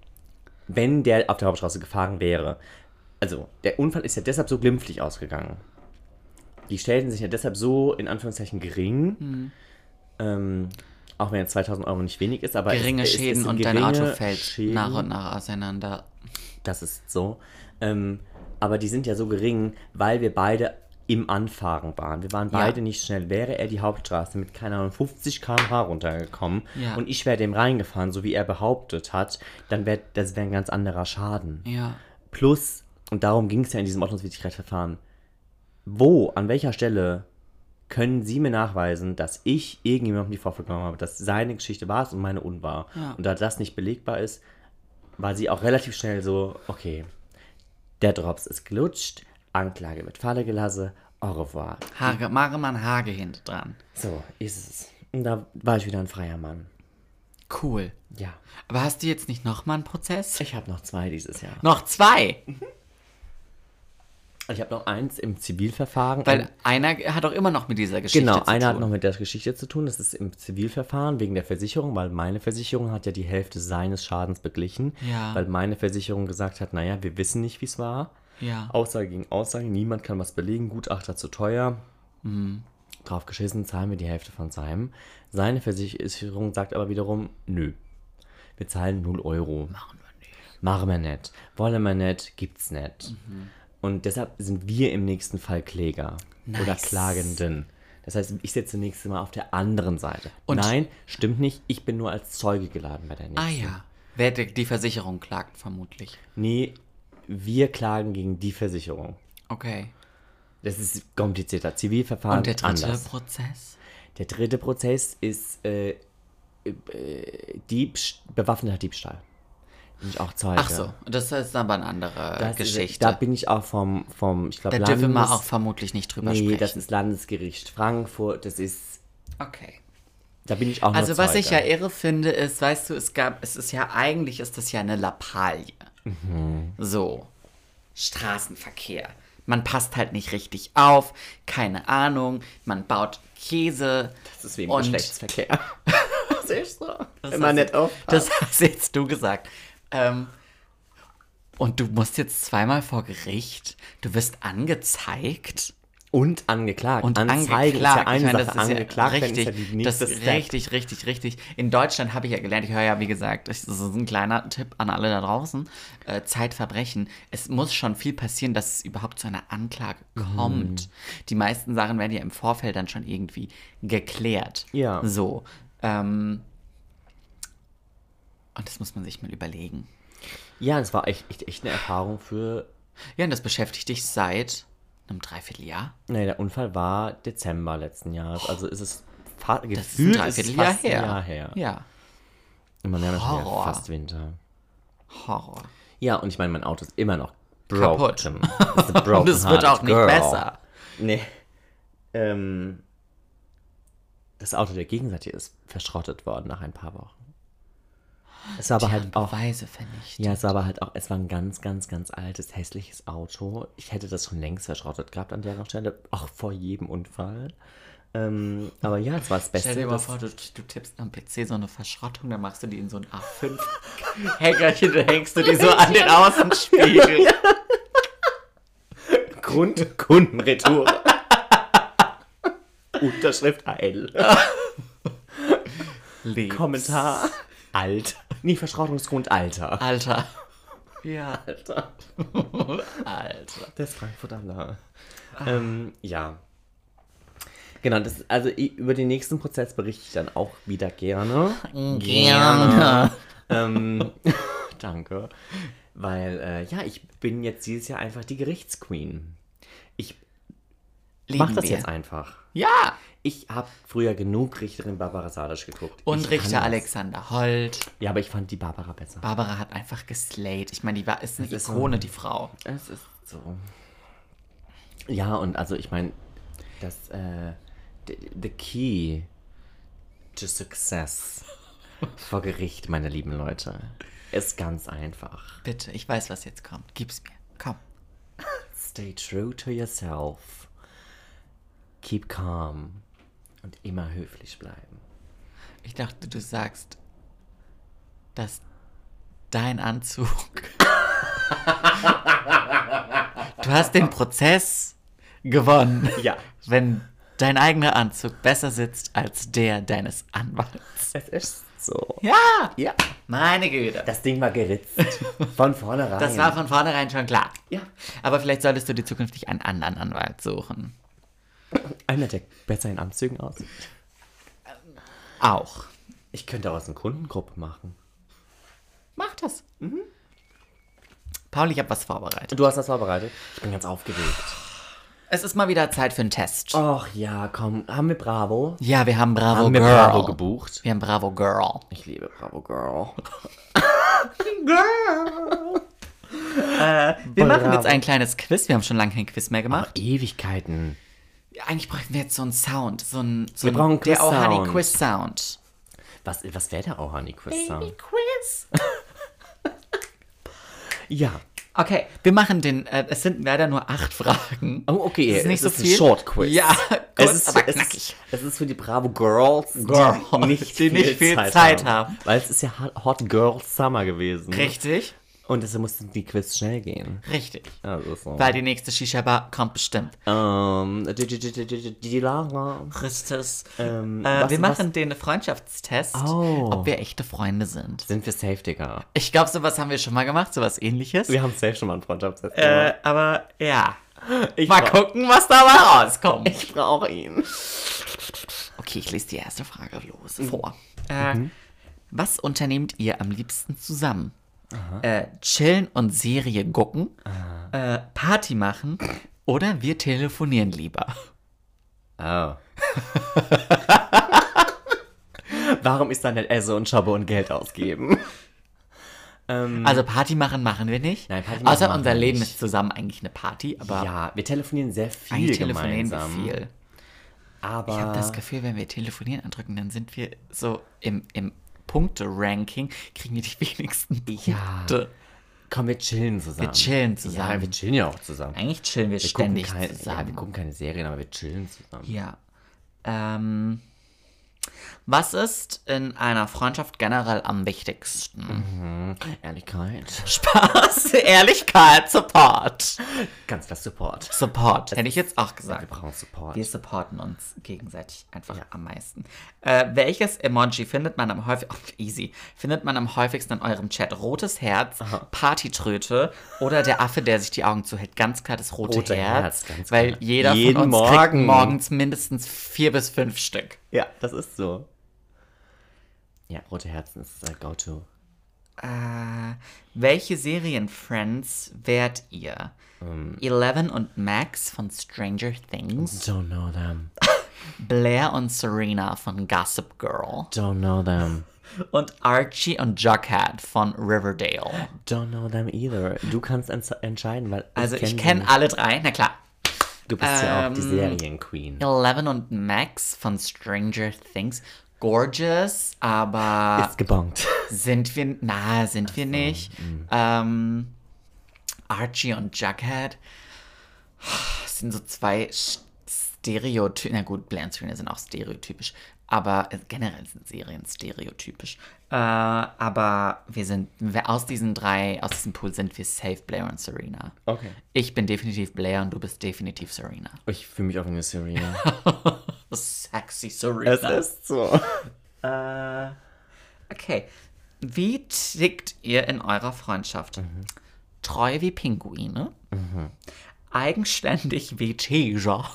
wenn der auf der Hauptstraße gefahren wäre, also, der Unfall ist ja deshalb so glimpflich ausgegangen. Die stellten sich ja deshalb so, in Anführungszeichen, gering.
Mhm.
Ähm, auch wenn jetzt 2000 Euro nicht wenig ist, aber. es-
Geringe
es- es
Schäden
sind
und dein
geringe
Auto fällt
Schäden.
nach und nach auseinander.
Das ist so. Ähm, aber die sind ja so gering, weil wir beide im Anfahren waren. Wir waren beide nicht schnell. Wäre er die Hauptstraße mit, keine Ahnung, 50 km/h runtergekommen
Ja.
und ich wäre dem reingefahren, so wie er behauptet hat, dann wäre das wäre ein ganz anderer Schaden.
Ja.
Plus, und darum ging es ja in diesem Ordnungswidrigkeitsverfahren, wo, an welcher Stelle können Sie mir nachweisen, dass ich irgendjemandem die Vorfahrt genommen habe, dass seine Geschichte war es und meine unwahr?
Ja.
Und da das nicht belegbar ist, war sie auch relativ schnell so, okay, der Drops ist gelutscht, Anklage wird Falle gelassen, au revoir.
Hage, Maremann Hage hinten dran.
So, ist es. Und da war ich wieder ein freier Mann.
Cool.
Ja.
Aber hast du jetzt nicht nochmal einen Prozess?
Ich habe noch zwei dieses Jahr.
Noch zwei.
Ich habe noch eins im Zivilverfahren.
Weil
und-
einer hat auch immer noch mit dieser Geschichte
Genau,
zu tun.
einer hat noch mit der Geschichte zu tun. Das ist im Zivilverfahren wegen der Versicherung, weil meine Versicherung hat ja die Hälfte seines Schadens beglichen.
Ja.
Weil meine Versicherung gesagt hat, naja, wir wissen nicht, wie es war.
Ja.
Aussage gegen Aussage, niemand kann was belegen, Gutachter zu teuer.
Mhm.
Drauf geschissen, zahlen wir die Hälfte von seinem. Seine Versicherung sagt aber wiederum, nö, wir zahlen 0 Euro.
Machen wir nicht. Mhm.
Machen wir nicht, wollen wir nicht, gibt's nicht. Und deshalb sind wir im nächsten Fall Kläger oder
Nice.
Klagenden. Das heißt, ich sitze nächstes Mal auf der anderen Seite.
Und-
Nein, stimmt nicht. Ich bin nur als Zeuge geladen bei der nächsten.
Ah ja. Wer die die Versicherung klagt, vermutlich.
Nee, wir klagen gegen die Versicherung.
Okay.
Das ist komplizierter. Zivilverfahren
Und der dritte
anders.
Prozess?
Der dritte Prozess ist äh, äh, Diebst bewaffneter Diebstahl. Bin ich auch Zeuge.
Ach so, das ist aber eine andere
Das
Geschichte.
Ist, da bin ich auch vom, vom ich glaube,
Da Äh, dürfen wir auch vermutlich nicht drüber
Nee,
sprechen.
das ist Landesgericht Frankfurt. Das ist,
okay.
Da bin ich auch
Also
nur
was ich ja
Zeuge.
irre finde, ist, weißt du, es gab, es ist ja eigentlich, ist das ja eine Lappalie.
Mhm.
So, Straßenverkehr. Man passt halt nicht richtig auf, keine Ahnung, man baut Käse.
Das ist wegen
und-
Geschlechtsverkehr. das ist so.
Das
Immer
hast
nicht
jetzt-
auf.
Das hast jetzt du gesagt. Ähm, und du musst jetzt zweimal vor Gericht, du wirst angezeigt.
Und angeklagt.
Und
Anzeige
angeklagt.
ist ja eine
ich meine,
Sache.
das ist
angeklagt
ja
werden
richtig,
ist ja die nächste
das ist
Step.
richtig, richtig, richtig. In Deutschland habe ich ja gelernt, ich höre ja, wie gesagt, das ist ein kleiner Tipp an alle da draußen, äh, Zeitverbrechen. Es muss schon viel passieren, dass es überhaupt zu einer Anklage kommt.
Mhm.
Die meisten Sachen werden ja im Vorfeld dann schon irgendwie geklärt.
Ja.
So. Ähm, und das muss man sich mal überlegen.
Ja, es war echt, echt, echt eine Erfahrung für.
Ja, und das beschäftigt dich seit einem Dreivierteljahr.
Nee, der Unfall war Dezember letzten Jahres. Also ist es fa
Das ist ein
gefühlt ist es
Dreivierteljahr
fast
her.
ein Jahr her.
Ja.
Und man merkt schon wieder
Horror.
fast Winter.
Horror.
Ja, und ich meine, mein Auto ist immer noch
Kaputt.
broken. It's a
Und es wird
broken-hearted
auch nicht
girl.
besser.
Nee. Ähm, das Auto der Gegenseite ist verschrottet worden nach ein paar Wochen. Es war aber halt auch.
Beweise vernichtet.
Ja, es war aber halt auch, es war ein ganz, ganz, ganz altes, hässliches Auto. Ich hätte das schon längst verschrottet gehabt an der Stelle, auch vor jedem Unfall. Ähm, aber ja, es war das Beste.
Stell dir mal
das-
vor, du, du tippst am PC so eine Verschrottung, dann machst du die in so ein A5-Hängerchen, dann hängst du die so an den Außenspiegel.
Grund Kundenretour. Unterschrift AL.
Lebst.
Kommentar. Alt. Nee, Verschrottungsgrund Alter.
Alter. Ja,
Alter.
Alter.
Das Frankfurt am Nahe. Ähm, ja. Genau, das, also i- über den nächsten Prozess berichte ich dann auch wieder gerne.
Gerne.
ähm, danke. Weil, äh, ja, ich bin jetzt dieses Jahr einfach die Gerichtsqueen. Ich
Leben
mach das
wir.
jetzt einfach.
Ja.
Ich habe früher genug Richterin Barbara Salisch geguckt.
Und
ich kann
Richter
das.
Alexander Holt.
Ja, aber ich fand die Barbara besser.
Barbara hat einfach geslayed. Ich meine, die war, ist eine
Das ist so-
Ikone, die Frau.
Es ist so. Ja, und also ich meine, das, äh, the, the key to success vor Gericht, meine lieben Leute, ist ganz einfach.
Bitte, ich weiß, was jetzt kommt. Gib's mir. Komm.
Stay true to yourself. Keep calm. Und immer höflich bleiben.
Ich dachte, du sagst, dass dein Anzug. du hast den Prozess gewonnen,
Ja.
wenn dein eigener Anzug besser sitzt als der deines Anwalts.
Es ist so.
Ja!
Ja.
Meine Güte. Das,
Das Ding war geritzt. Von vornherein.
war von vornherein schon klar.
Ja.
Aber vielleicht solltest du dir zukünftig einen anderen Anwalt suchen.
Einer, der besser in Amtszügen aussieht.
Auch.
Ich könnte auch aus einer Kundengruppe machen.
Mach das. Mhm. Paul, ich habe was vorbereitet.
Du hast das vorbereitet? Ich bin ganz aufgeregt.
Es ist mal wieder Zeit für einen Test.
Och ja, komm, haben wir Bravo?
Ja, wir haben Bravo
Haben wir
Girl.
Bravo gebucht?
Wir haben Bravo Girl.
Ich liebe Bravo Girl.
Wir
Bravo.
machen jetzt ein kleines Quiz. Wir haben schon lange kein Quiz mehr gemacht.
Ewigkeiten.
Eigentlich bräuchten wir jetzt so einen Sound. So einen, so
Wir brauchen einen
Der
Quiz-Sound.
Ohani Quiz Sound.
Was, was wäre der Ohani Quiz Sound?
Quiz.
Ja.
Okay, wir machen den. Äh, es sind leider nur acht Fragen.
Oh, okay.
Das ist nicht
es
so
ist
viel.
Ein Short Quiz.
Ja, kurz,
es ist,
aber
es
knackig.
Ist, es ist für die Bravo Girls,
Girls,
die nicht,
die
viel,
nicht viel
Zeit,
Zeit
haben.
haben.
Weil es ist ja Hot- Hot Girl Summer gewesen.
Richtig,
Und deshalb mussten die Quiz schnell gehen.
richtig.
Also so.
Weil die nächste Shisha Bar kommt bestimmt.
ähm, die, die, die, die, die, die Lara.
Christus.
Ähm,
äh,
was-
wir machen den Freundschaftstest,
Oh.
ob wir echte Freunde sind.
Sind wir safe, Digga?
Ich glaube, sowas haben wir schon mal gemacht, sowas ähnliches.
Wir haben safe schon mal einen Freundschaftstest
Äh, aber ja.
Ich
Mal
brauch-
gucken, was dabei rauskommt.
Ich brauche ihn.
Okay, ich lese die erste Frage los vor. Äh, Was unternehmt ihr am liebsten zusammen? Äh, chillen und Serie gucken, äh, Party machen oder wir telefonieren lieber.
Oh. Warum ist halt da nicht Esse und Schabe und Geld ausgeben?
Also Party machen machen wir nicht.
Nein, Party machen
Außer
machen
unser
wir
Leben
nicht.
ist zusammen eigentlich eine Party, aber
ja, wir telefonieren sehr viel
eigentlich
gemeinsam.
telefonieren wir viel.
Aber
Ich habe das Gefühl, wenn wir telefonieren andrücken, dann sind wir so im, im Punkte-Ranking, kriegen wir die wenigsten Punkte.
komm, wir chillen zusammen.
Wir chillen
Ja,
zusammen.
wir chillen ja auch zusammen.
Eigentlich chillen wir,
wir gucken,
ständig
kein, ja, wir
zusammen.
gucken keine Serien, aber wir chillen zusammen.
Ja. Ähm, was ist in einer Freundschaft generell am wichtigsten?
Ehrlichkeit.
Spaß, Ehrlichkeit, Support.
Ganz klar Support.
Support, hätte ich jetzt auch
Wir
gesagt.
brauchen Support.
Wir supporten uns gegenseitig einfach am meisten. Äh, welches Emoji findet man am häufigsten, easy, findet man am häufigsten in eurem Chat? Rotes Herz, Partytröte oder der Affe, der sich die Augen zuhält? Ganz klar das rote,
Rote
Herz,
Herz, ganz
weil
klar.
jeder
Jeden
von uns kriegt
Morgen.
morgens mindestens vier bis fünf Stück.
Ja, das ist so. Ja, Rote Herzen ist äh, Go-To.
Äh, welche Serienfriends wärt ihr?
Ähm.
Eleven und Max von Stranger Things,
Don't know them. Mhm.
Blair und Serena von Gossip Girl
Don't know them.
und Archie und Jughead von Riverdale.
Don't know them either. Du kannst ents entscheiden, weil.
Also ich
sie
kenne alle drei, na klar.
nicht. Du bist ja auch die
ähm,
Serien-Queen.
Eleven und Max von Stranger Things. Gorgeous, aber
Ist hm. gebongt.
sind wir, na, sind wir nicht. Ähm, Archie und Jughead das sind so zwei Stereotypen. Na gut, Blair und Serena sind auch stereotypisch, aber äh, generell sind Serien stereotypisch. Äh, aber wir sind, wir aus diesen drei, aus diesem Pool sind wir safe Blair und Serena.
Okay.
Ich bin definitiv Blair und du bist definitiv Serena.
Ich fühle mich auch wie eine Serien.
Sexy Serena.
es ist so.
Okay. Wie tickt ihr in eurer Freundschaft?
Mhm.
Treu wie Pinguine? Eigenständig wie Tiger?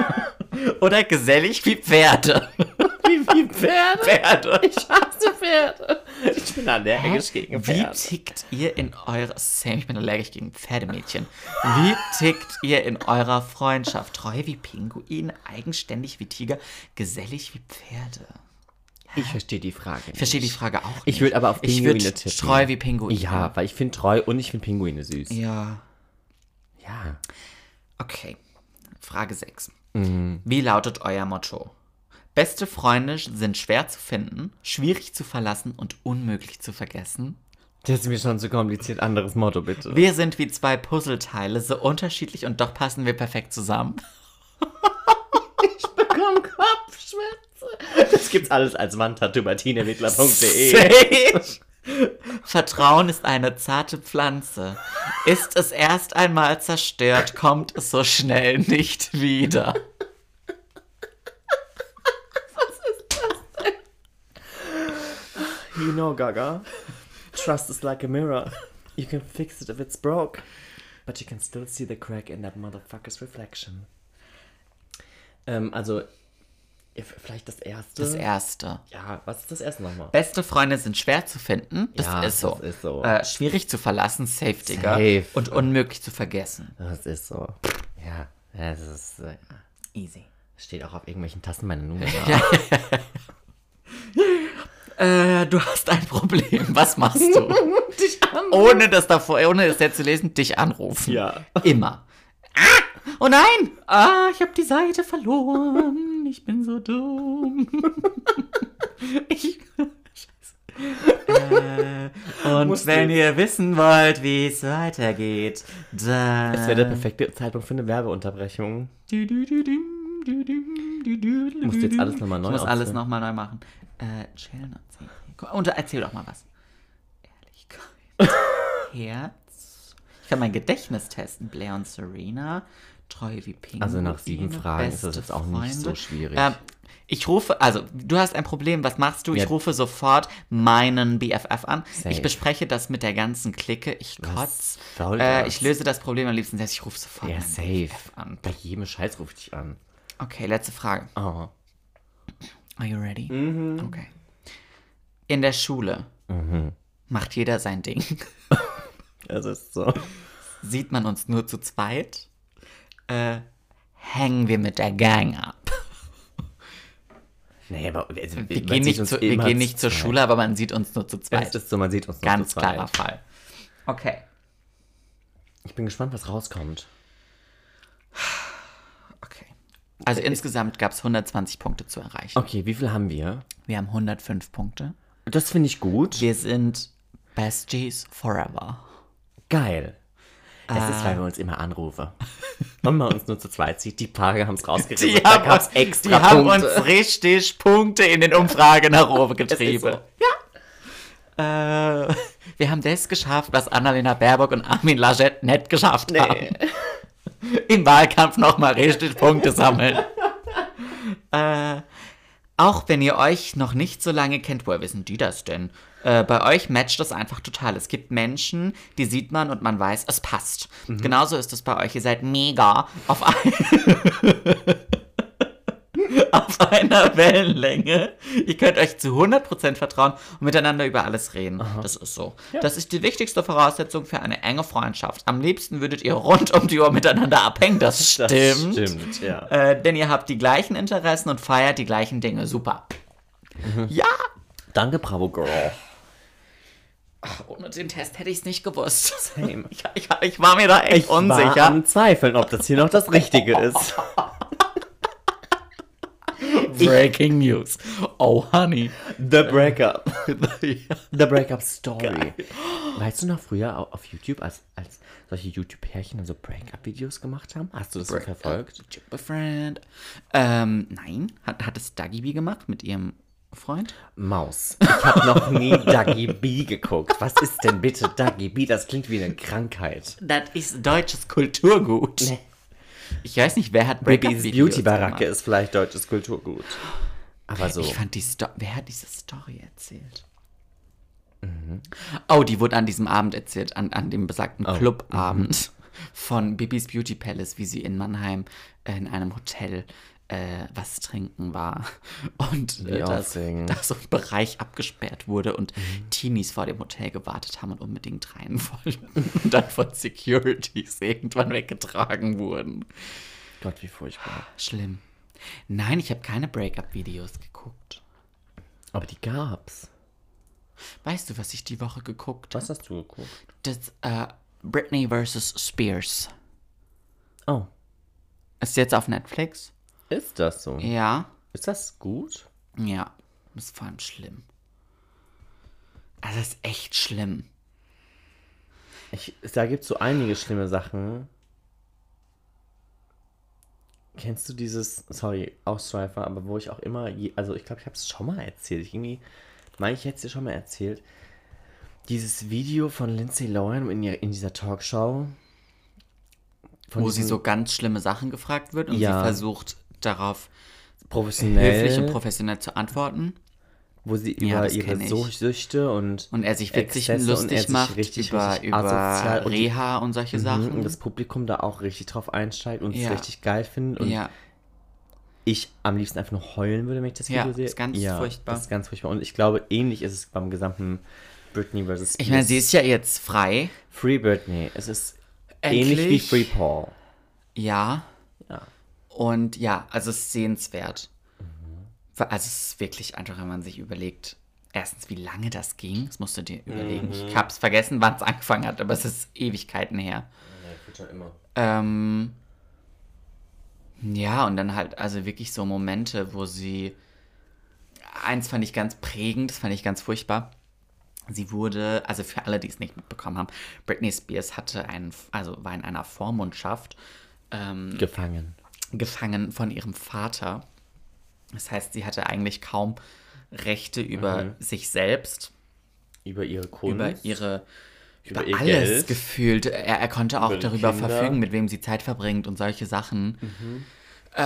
Oder gesellig wie Pferde?
Wie, wie Pferde?
Pferde.
Ich hasse Pferde. Ich bin allergisch gegen
Wie
Pferde.
tickt ihr in eurer... Sam, ich bin allergisch gegen Pferdemädchen. Wie tickt ihr in eurer Freundschaft? Treu wie Pinguin, eigenständig wie Tiger, gesellig wie Pferde?
Ich verstehe die Frage.
Ich verstehe die Frage auch nicht.
Ich würde aber auf
Ich
Pinguine
würde
tippen.
treu wie Pinguin.
Ja, weil ich finde treu und ich finde Pinguine süß.
Ja.
Ja.
Okay. Frage 6.
Mhm.
Wie lautet euer Motto? Beste Freunde sind schwer zu finden, schwierig zu verlassen und unmöglich zu vergessen.
Das ist mir schon zu kompliziert. Anderes Motto, bitte.
Wir sind wie zwei Puzzleteile, so unterschiedlich und doch passen wir perfekt zusammen.
bekomme Kopfschmerzen. Das gibt's alles als Wandtattoo bei tinemittler.de.
Safe. Vertrauen ist eine zarte Pflanze. Ist es erst einmal zerstört, kommt es so schnell nicht wieder.
You know, Gaga. Trust is like a mirror. You can fix it if it's broke. But you can still see the crack in that motherfucker's reflection. Ähm, also, if- vielleicht das erste.
Das erste.
ja, was ist das erste nochmal?
Beste Freunde sind schwer zu finden. Das
Ja,
ist so.
das ist so.
Äh, schwierig zu verlassen, safe, Digga.
Safe.
Und unmöglich zu vergessen.
Das ist so. Ja, ja, das ist. Äh,
Easy.
steht auch auf irgendwelchen Tassen meine Nummer.
Äh, du hast ein Problem. Was machst du? ohne das davor, ohne das jetzt zu lesen, dich anrufen.
Ja.
Immer. Ah! Oh nein! Ah, ich habe die Seite verloren. Ich bin so dumm. Ich. Scheiße. Äh, und
Musst du-
wenn ihr wissen wollt, wie es weitergeht, dann.
Das wäre der perfekte Zeitpunkt für eine Werbeunterbrechung.
Musst
Musst du jetzt alles nochmal neu
Ich muss alles
aufzählen?
nochmal neu machen. Äh, chillen und sehen. Guck- Und erzähl doch mal was. Ehrlichkeit. Herz. Ich kann mein Gedächtnis testen. Blair und Serena. Treu wie Pink.
Also nach sieben Fragen ist das jetzt auch nicht so schwierig.
Ähm, ich rufe, also du hast ein Problem, was machst du?
Ja.
Ich rufe sofort meinen BFF an. Ich
Safe.
bespreche das mit der ganzen Clique. Ich
Was
kotz.
soll
Äh,
das?
ich löse das Problem am liebsten selbst. Ich rufe sofort
Ja,
meinen
safe.
BFF an.
Bei jedem Scheiß ruft dich an.
Okay, letzte Frage.
Oh.
Are you ready?
Mhm.
Okay. In der Schule macht jeder sein Ding.
Das ist so.
Sieht man uns nur zu zweit? Äh, hängen wir mit der Gang ab.
Nee, aber also,
Wir gehen, nicht, zu, wir gehen nicht zur Schule, aber man sieht uns nur zu
Es
zweit.
ist so, man sieht uns nur
Ganz
zu zweit.
klarer Fall. Okay.
Ich bin gespannt, was rauskommt.
Okay. Also insgesamt gab es 120 Punkte zu erreichen.
Okay, wie viel haben wir?
Wir haben 105 Punkte.
Das finde ich gut.
Wir sind Besties Forever.
Geil. Das ist,
Ah.
weil wir uns immer anrufen. Und man uns nur zu zweit sieht. Die Paare haben es rausgerissen. Da gab's extra
die haben
Punkte.
uns richtig Punkte in den Umfragen nach oben getrieben.
so.
Ja. Äh, wir haben das geschafft, was Annalena Baerbock und Armin Laschet nicht geschafft haben. Im Wahlkampf nochmal richtig Punkte sammeln. äh, auch wenn ihr euch noch nicht so lange kennt, woher wissen die das denn? Äh, bei euch matcht das einfach total. Es gibt Menschen, die sieht man und man weiß, es passt. Genauso ist es bei euch. Ihr seid mega auf auf einer Wellenlänge. Ihr könnt euch zu 100% vertrauen und miteinander über alles reden. Das ist so. Das ist die wichtigste Voraussetzung für eine enge Freundschaft. Am liebsten würdet ihr rund um die Uhr miteinander abhängen. Das stimmt.
Das stimmt, ja.
Äh, denn ihr habt die gleichen Interessen und feiert die gleichen Dinge. Super. Ja,
Danke, Bravo Girl.
ohne den Test hätte ich es nicht gewusst.
Same.
Ich, ich, ich war mir da echt unsicher.
War am Zweifeln, ob das hier noch das Richtige ist.
Breaking News. Oh, honey.
The Breakup.
ja.
The Breakup Story. Weißt du noch früher au- auf YouTube, als, als solche YouTube-Pärchen dann so Breakup-Videos gemacht haben? Hast du das so verfolgt?
Chip a friend. Ähm, nein. Hat, hat es Dagi B gemacht mit ihrem Freund?
Maus. Ich habe noch nie Dagi B geguckt. Was ist denn bitte Dagi B? Das klingt wie eine Krankheit.
Das ist deutsches Kulturgut.
Nee.
Ich weiß nicht, wer hat
Baby's
Breakup-Videos
Beauty-Baracke
gemacht.
ist vielleicht deutsches Kulturgut. Aber so.
Ich fand die Story. Wer hat diese Story erzählt?
Mhm.
Oh, die wurde an diesem Abend erzählt, an, an dem besagten
Oh,
Clubabend von Bibis Beauty Palace, wie sie in Mannheim äh, in einem Hotel äh, was trinken war. Und äh,
Wie
dass,
aufregend. Mhm.
dass so ein Bereich abgesperrt wurde und Teenies vor dem Hotel gewartet haben und unbedingt rein wollten. Und dann von Securities irgendwann weggetragen wurden.
Gott, wie furchtbar.
Schlimm. Nein, ich habe keine Break-up-Videos geguckt.
Aber die gab's.
Weißt du, was ich die Woche geguckt habe?
Was hast du geguckt?
Das äh, Britney vs. Spears.
Oh.
Ist jetzt auf Netflix?
Ist das so?
Ja.
Ist das gut?
Ja. Ist vor allem schlimm. Also, das ist echt schlimm.
Ich, da gibt es so einige schlimme Sachen. Kennst du dieses, sorry, Ausstreifer, aber wo ich auch immer, je, also ich glaube, ich habe es schon mal erzählt. Ich irgendwie, meine ich, hätte es dir schon mal erzählt. Dieses Video von Lindsay Lohan in, ihr, in dieser Talkshow. Von
Wo sie
diesem
so ganz schlimme Sachen gefragt wird und
Ja.
sie versucht, darauf höflich
professionell,
und professionell zu antworten.
wo sie
Ja,
über
das
ihre
kenn ich.
Such- Süchte und,
Und er sich witzig
Exzesse
und
und er
lustig
sich
macht
richtig,
über,
richtig asozial
über
und die-
Reha und solche
Mhm,
Sachen.
und das Publikum da auch richtig drauf einsteigt und es
Ja.
richtig geil findet und
ja.
ich am liebsten einfach nur heulen würde, wenn ich das
Ja,
Video sehe.
ist ganz furchtbar.
Das ist ganz furchtbar. Und ich glaube, ähnlich ist es beim gesamten Britney vs.
Ich meine, sie ist ja jetzt frei.
Free Britney. Es ist ähnlich wie
Endlich.
Free Paul.
Ja.
Ja.
Und ja, also es ist sehenswert. Weil- Also es ist wirklich einfach, wenn man sich überlegt, erstens, wie lange das ging. Das musst du dir überlegen. Ich hab's vergessen, wann es angefangen hat, aber es ist Ewigkeiten her. Ähm, ja, und dann halt, also wirklich so Momente, wo sie. Eins fand ich ganz prägend, das fand ich ganz furchtbar. Sie wurde, also für alle, die es nicht mitbekommen haben, Britney Spears hatte einen, also war in einer Vormundschaft ähm,
Gefangen.
gefangen von ihrem Vater. Das heißt, sie hatte eigentlich kaum Rechte über
Mhm.
sich selbst,
Über ihre Kunst.
über ihre über,
Über ihr
alles
Geld.
gefühlt. Er, er konnte auch
Über die
darüber
Kinder. Mhm.
verfügen, mit wem sie Zeit verbringt und solche Sachen. Äh,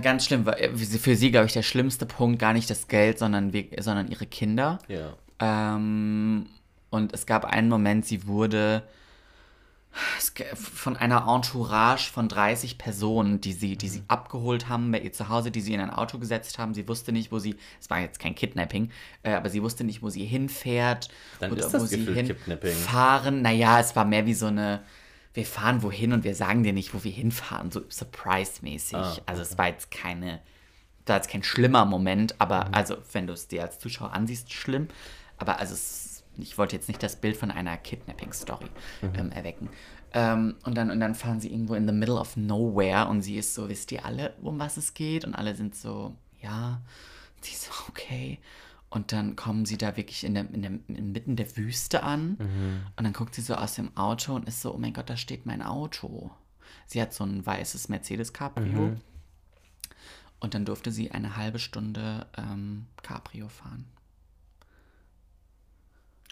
ganz schlimm. war- Für sie, glaube ich, der schlimmste Punkt gar nicht das Geld, sondern, wir- sondern ihre Kinder.
Ja.
Ähm, und es gab einen Moment, sie wurde es g- von einer Entourage von 30 Personen, die sie, die
Mhm.
sie abgeholt haben bei ihr zu Hause, die sie in ein Auto gesetzt haben. Sie wusste nicht, wo sie, es war jetzt kein Kidnapping, äh, aber sie wusste nicht, wo sie hinfährt
Dann ist das gefühlt Kidnapping.
hinfahren. Naja, es war mehr wie so eine, wir fahren wohin und wir sagen dir nicht, wo wir hinfahren, so surprise-mäßig.
Ah,
Also es war jetzt keine, da ist kein schlimmer Moment, aber also wenn du es dir als Zuschauer ansiehst, schlimm. Aber also es ich wollte jetzt nicht das Bild von einer Kidnapping-Story ähm, erwecken. Ähm, und, dann, und dann fahren sie irgendwo in the middle of nowhere und sie ist so, wisst ihr alle, um was es geht? Und alle sind so, ja. Und sie so, okay. Und dann kommen sie da wirklich in der, in der, inmitten der Wüste an. Und dann guckt sie so aus dem Auto und ist so, oh mein Gott, da steht mein Auto. Sie hat so ein weißes Mercedes Cabrio. Und dann durfte sie eine halbe Stunde ähm, Cabrio fahren.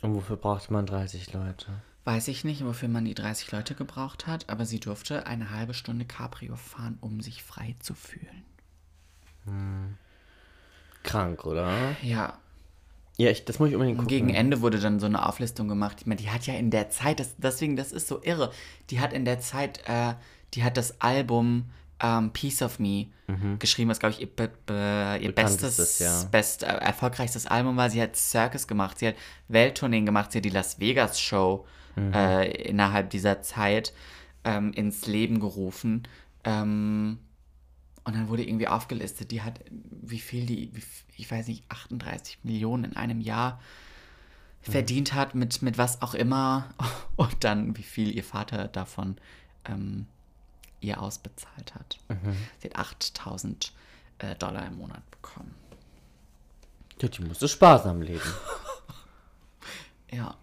Und wofür braucht man 30 Leute?
Weiß ich nicht, wofür man die 30 Leute gebraucht hat, aber sie durfte eine halbe Stunde Cabrio fahren, um sich frei zu fühlen.
Krank, oder?
Ja,
Ja, ich, das muss ich unbedingt gucken.
Und gegen Ende wurde dann so eine Auflistung gemacht. Ich meine, die hat ja in der Zeit, das, deswegen, das ist so irre, die hat in der Zeit, äh, die hat das Album ähm, Piece of Me geschrieben, was, glaube ich, ihr, be, be, ihr
Bekanntestes,
bestes,
ja.
best, äh, erfolgreichstes Album war. Sie hat Circus gemacht, sie hat Welttourneen gemacht, sie hat die Las Vegas Show
Mhm.
äh, innerhalb dieser Zeit ähm, ins Leben gerufen. Ähm, und dann wurde irgendwie aufgelistet, die hat, wie viel die, wie, f- ich weiß nicht, 38 Millionen in einem Jahr
Mhm.
verdient hat, mit, mit was auch immer. Und dann, wie viel ihr Vater davon ähm, ihr ausbezahlt hat.
Mhm.
Sie hat 8000 äh, Dollar im Monat bekommen.
Ja, die musste sparsam leben.
Ja.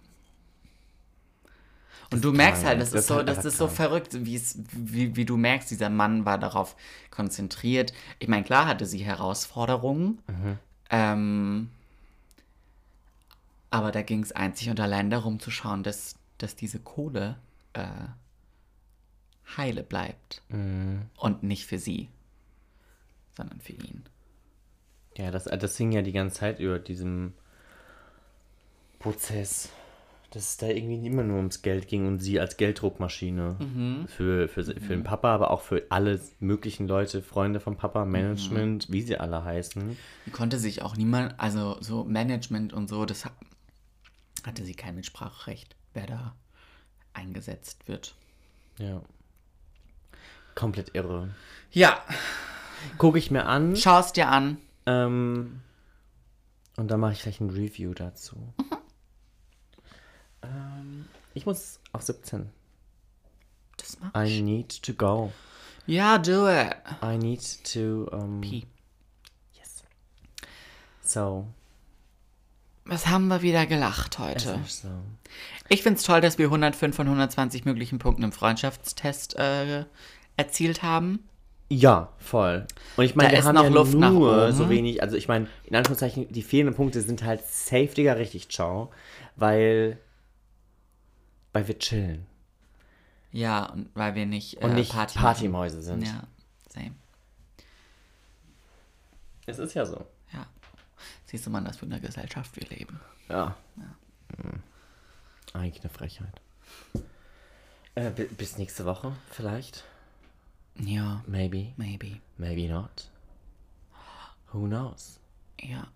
Und du merkst
krank.
halt, das
Das
ist
ist
so,
halt
das
einfach
ist so
krank.
verrückt, wie es, wie, wie du merkst, dieser Mann war darauf konzentriert. Ich meine, klar hatte sie Herausforderungen, ähm, aber da ging es einzig und allein darum zu schauen, dass, dass diese Kohle äh, heile bleibt und nicht für sie, sondern für ihn.
Ja, das, äh, das hing ja die ganze Zeit über diesem Prozess, dass es da irgendwie immer nur ums Geld ging und sie als Gelddruckmaschine für, für, für den Papa, aber auch für alle möglichen Leute, Freunde von Papa, Management, wie sie alle heißen.
Die konnte sich auch niemand, also so Management und so, das ha- hatte sie kein Mitspracherecht, wer da eingesetzt wird.
Ja. Komplett irre.
Ja,
Gucke ich mir an
schau es dir an.
ähm, und dann mache ich gleich ein Review dazu. Ähm, ich muss auf 17.
Das mach
I need to go.
Ja, do it.
I need to. Um,
Pee.
Yes. So.
Was haben wir wieder gelacht
es
heute?
ist so.
Ich find's toll, dass wir 105 von 120 möglichen Punkten im Freundschaftstest äh, erzielt haben.
Ja, voll. Und ich meine,
Da
wir
ist
haben
noch
ja
Luft nach
nur
oben.
so wenig. Also ich meine, in Anführungszeichen, die fehlenden Punkte sind halt safe, Digga, richtig ciao. Weil. Weil wir chillen.
Ja, und weil wir nicht, äh,
Und nicht
Party machen.
Partymäuse sind.
Ja, same.
Es ist ja so.
Ja. Siehst du mal, dass wir in einer Gesellschaft wir leben.
Ja. Hm. Eigentlich eine Frechheit. Äh, bi- bis nächste Woche, vielleicht.
Ja,
Maybe.
maybe.
Maybe not. Who knows?
Ja.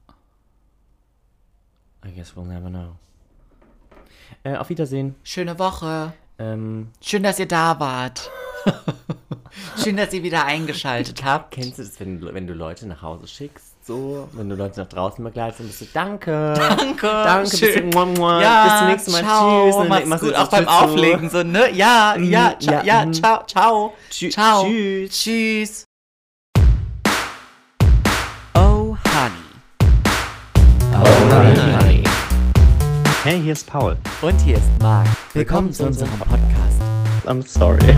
I guess we'll never know. Äh, auf Wiedersehen.
Schöne Woche.
Ähm,
Schön, dass ihr da wart. Schön, dass ihr wieder eingeschaltet habt.
kennst du das, wenn, du- wenn du Leute nach Hause schickst? So, wenn du Leute nach draußen begleitest, dann bist du danke.
Danke.
Danke, bis
schön.
zum, mua, mua,
Ja,
bis zum nächsten Mal.
Ciao,
tschüss. Und dann
Macht's
machst du
gut,
so
auch beim
Tschüss so.
Auflegen so, ne? Ja, ja,
Mhm,
ja,
ja,
ja,
mhm.
ciao, ciao.
Tschü-
ciao.
tschüss.
Tschüss. Oh, honey.
Hey, here's Paul.
Und hier ist Marc. Willkommen zu unserem Podcast.
I'm sorry.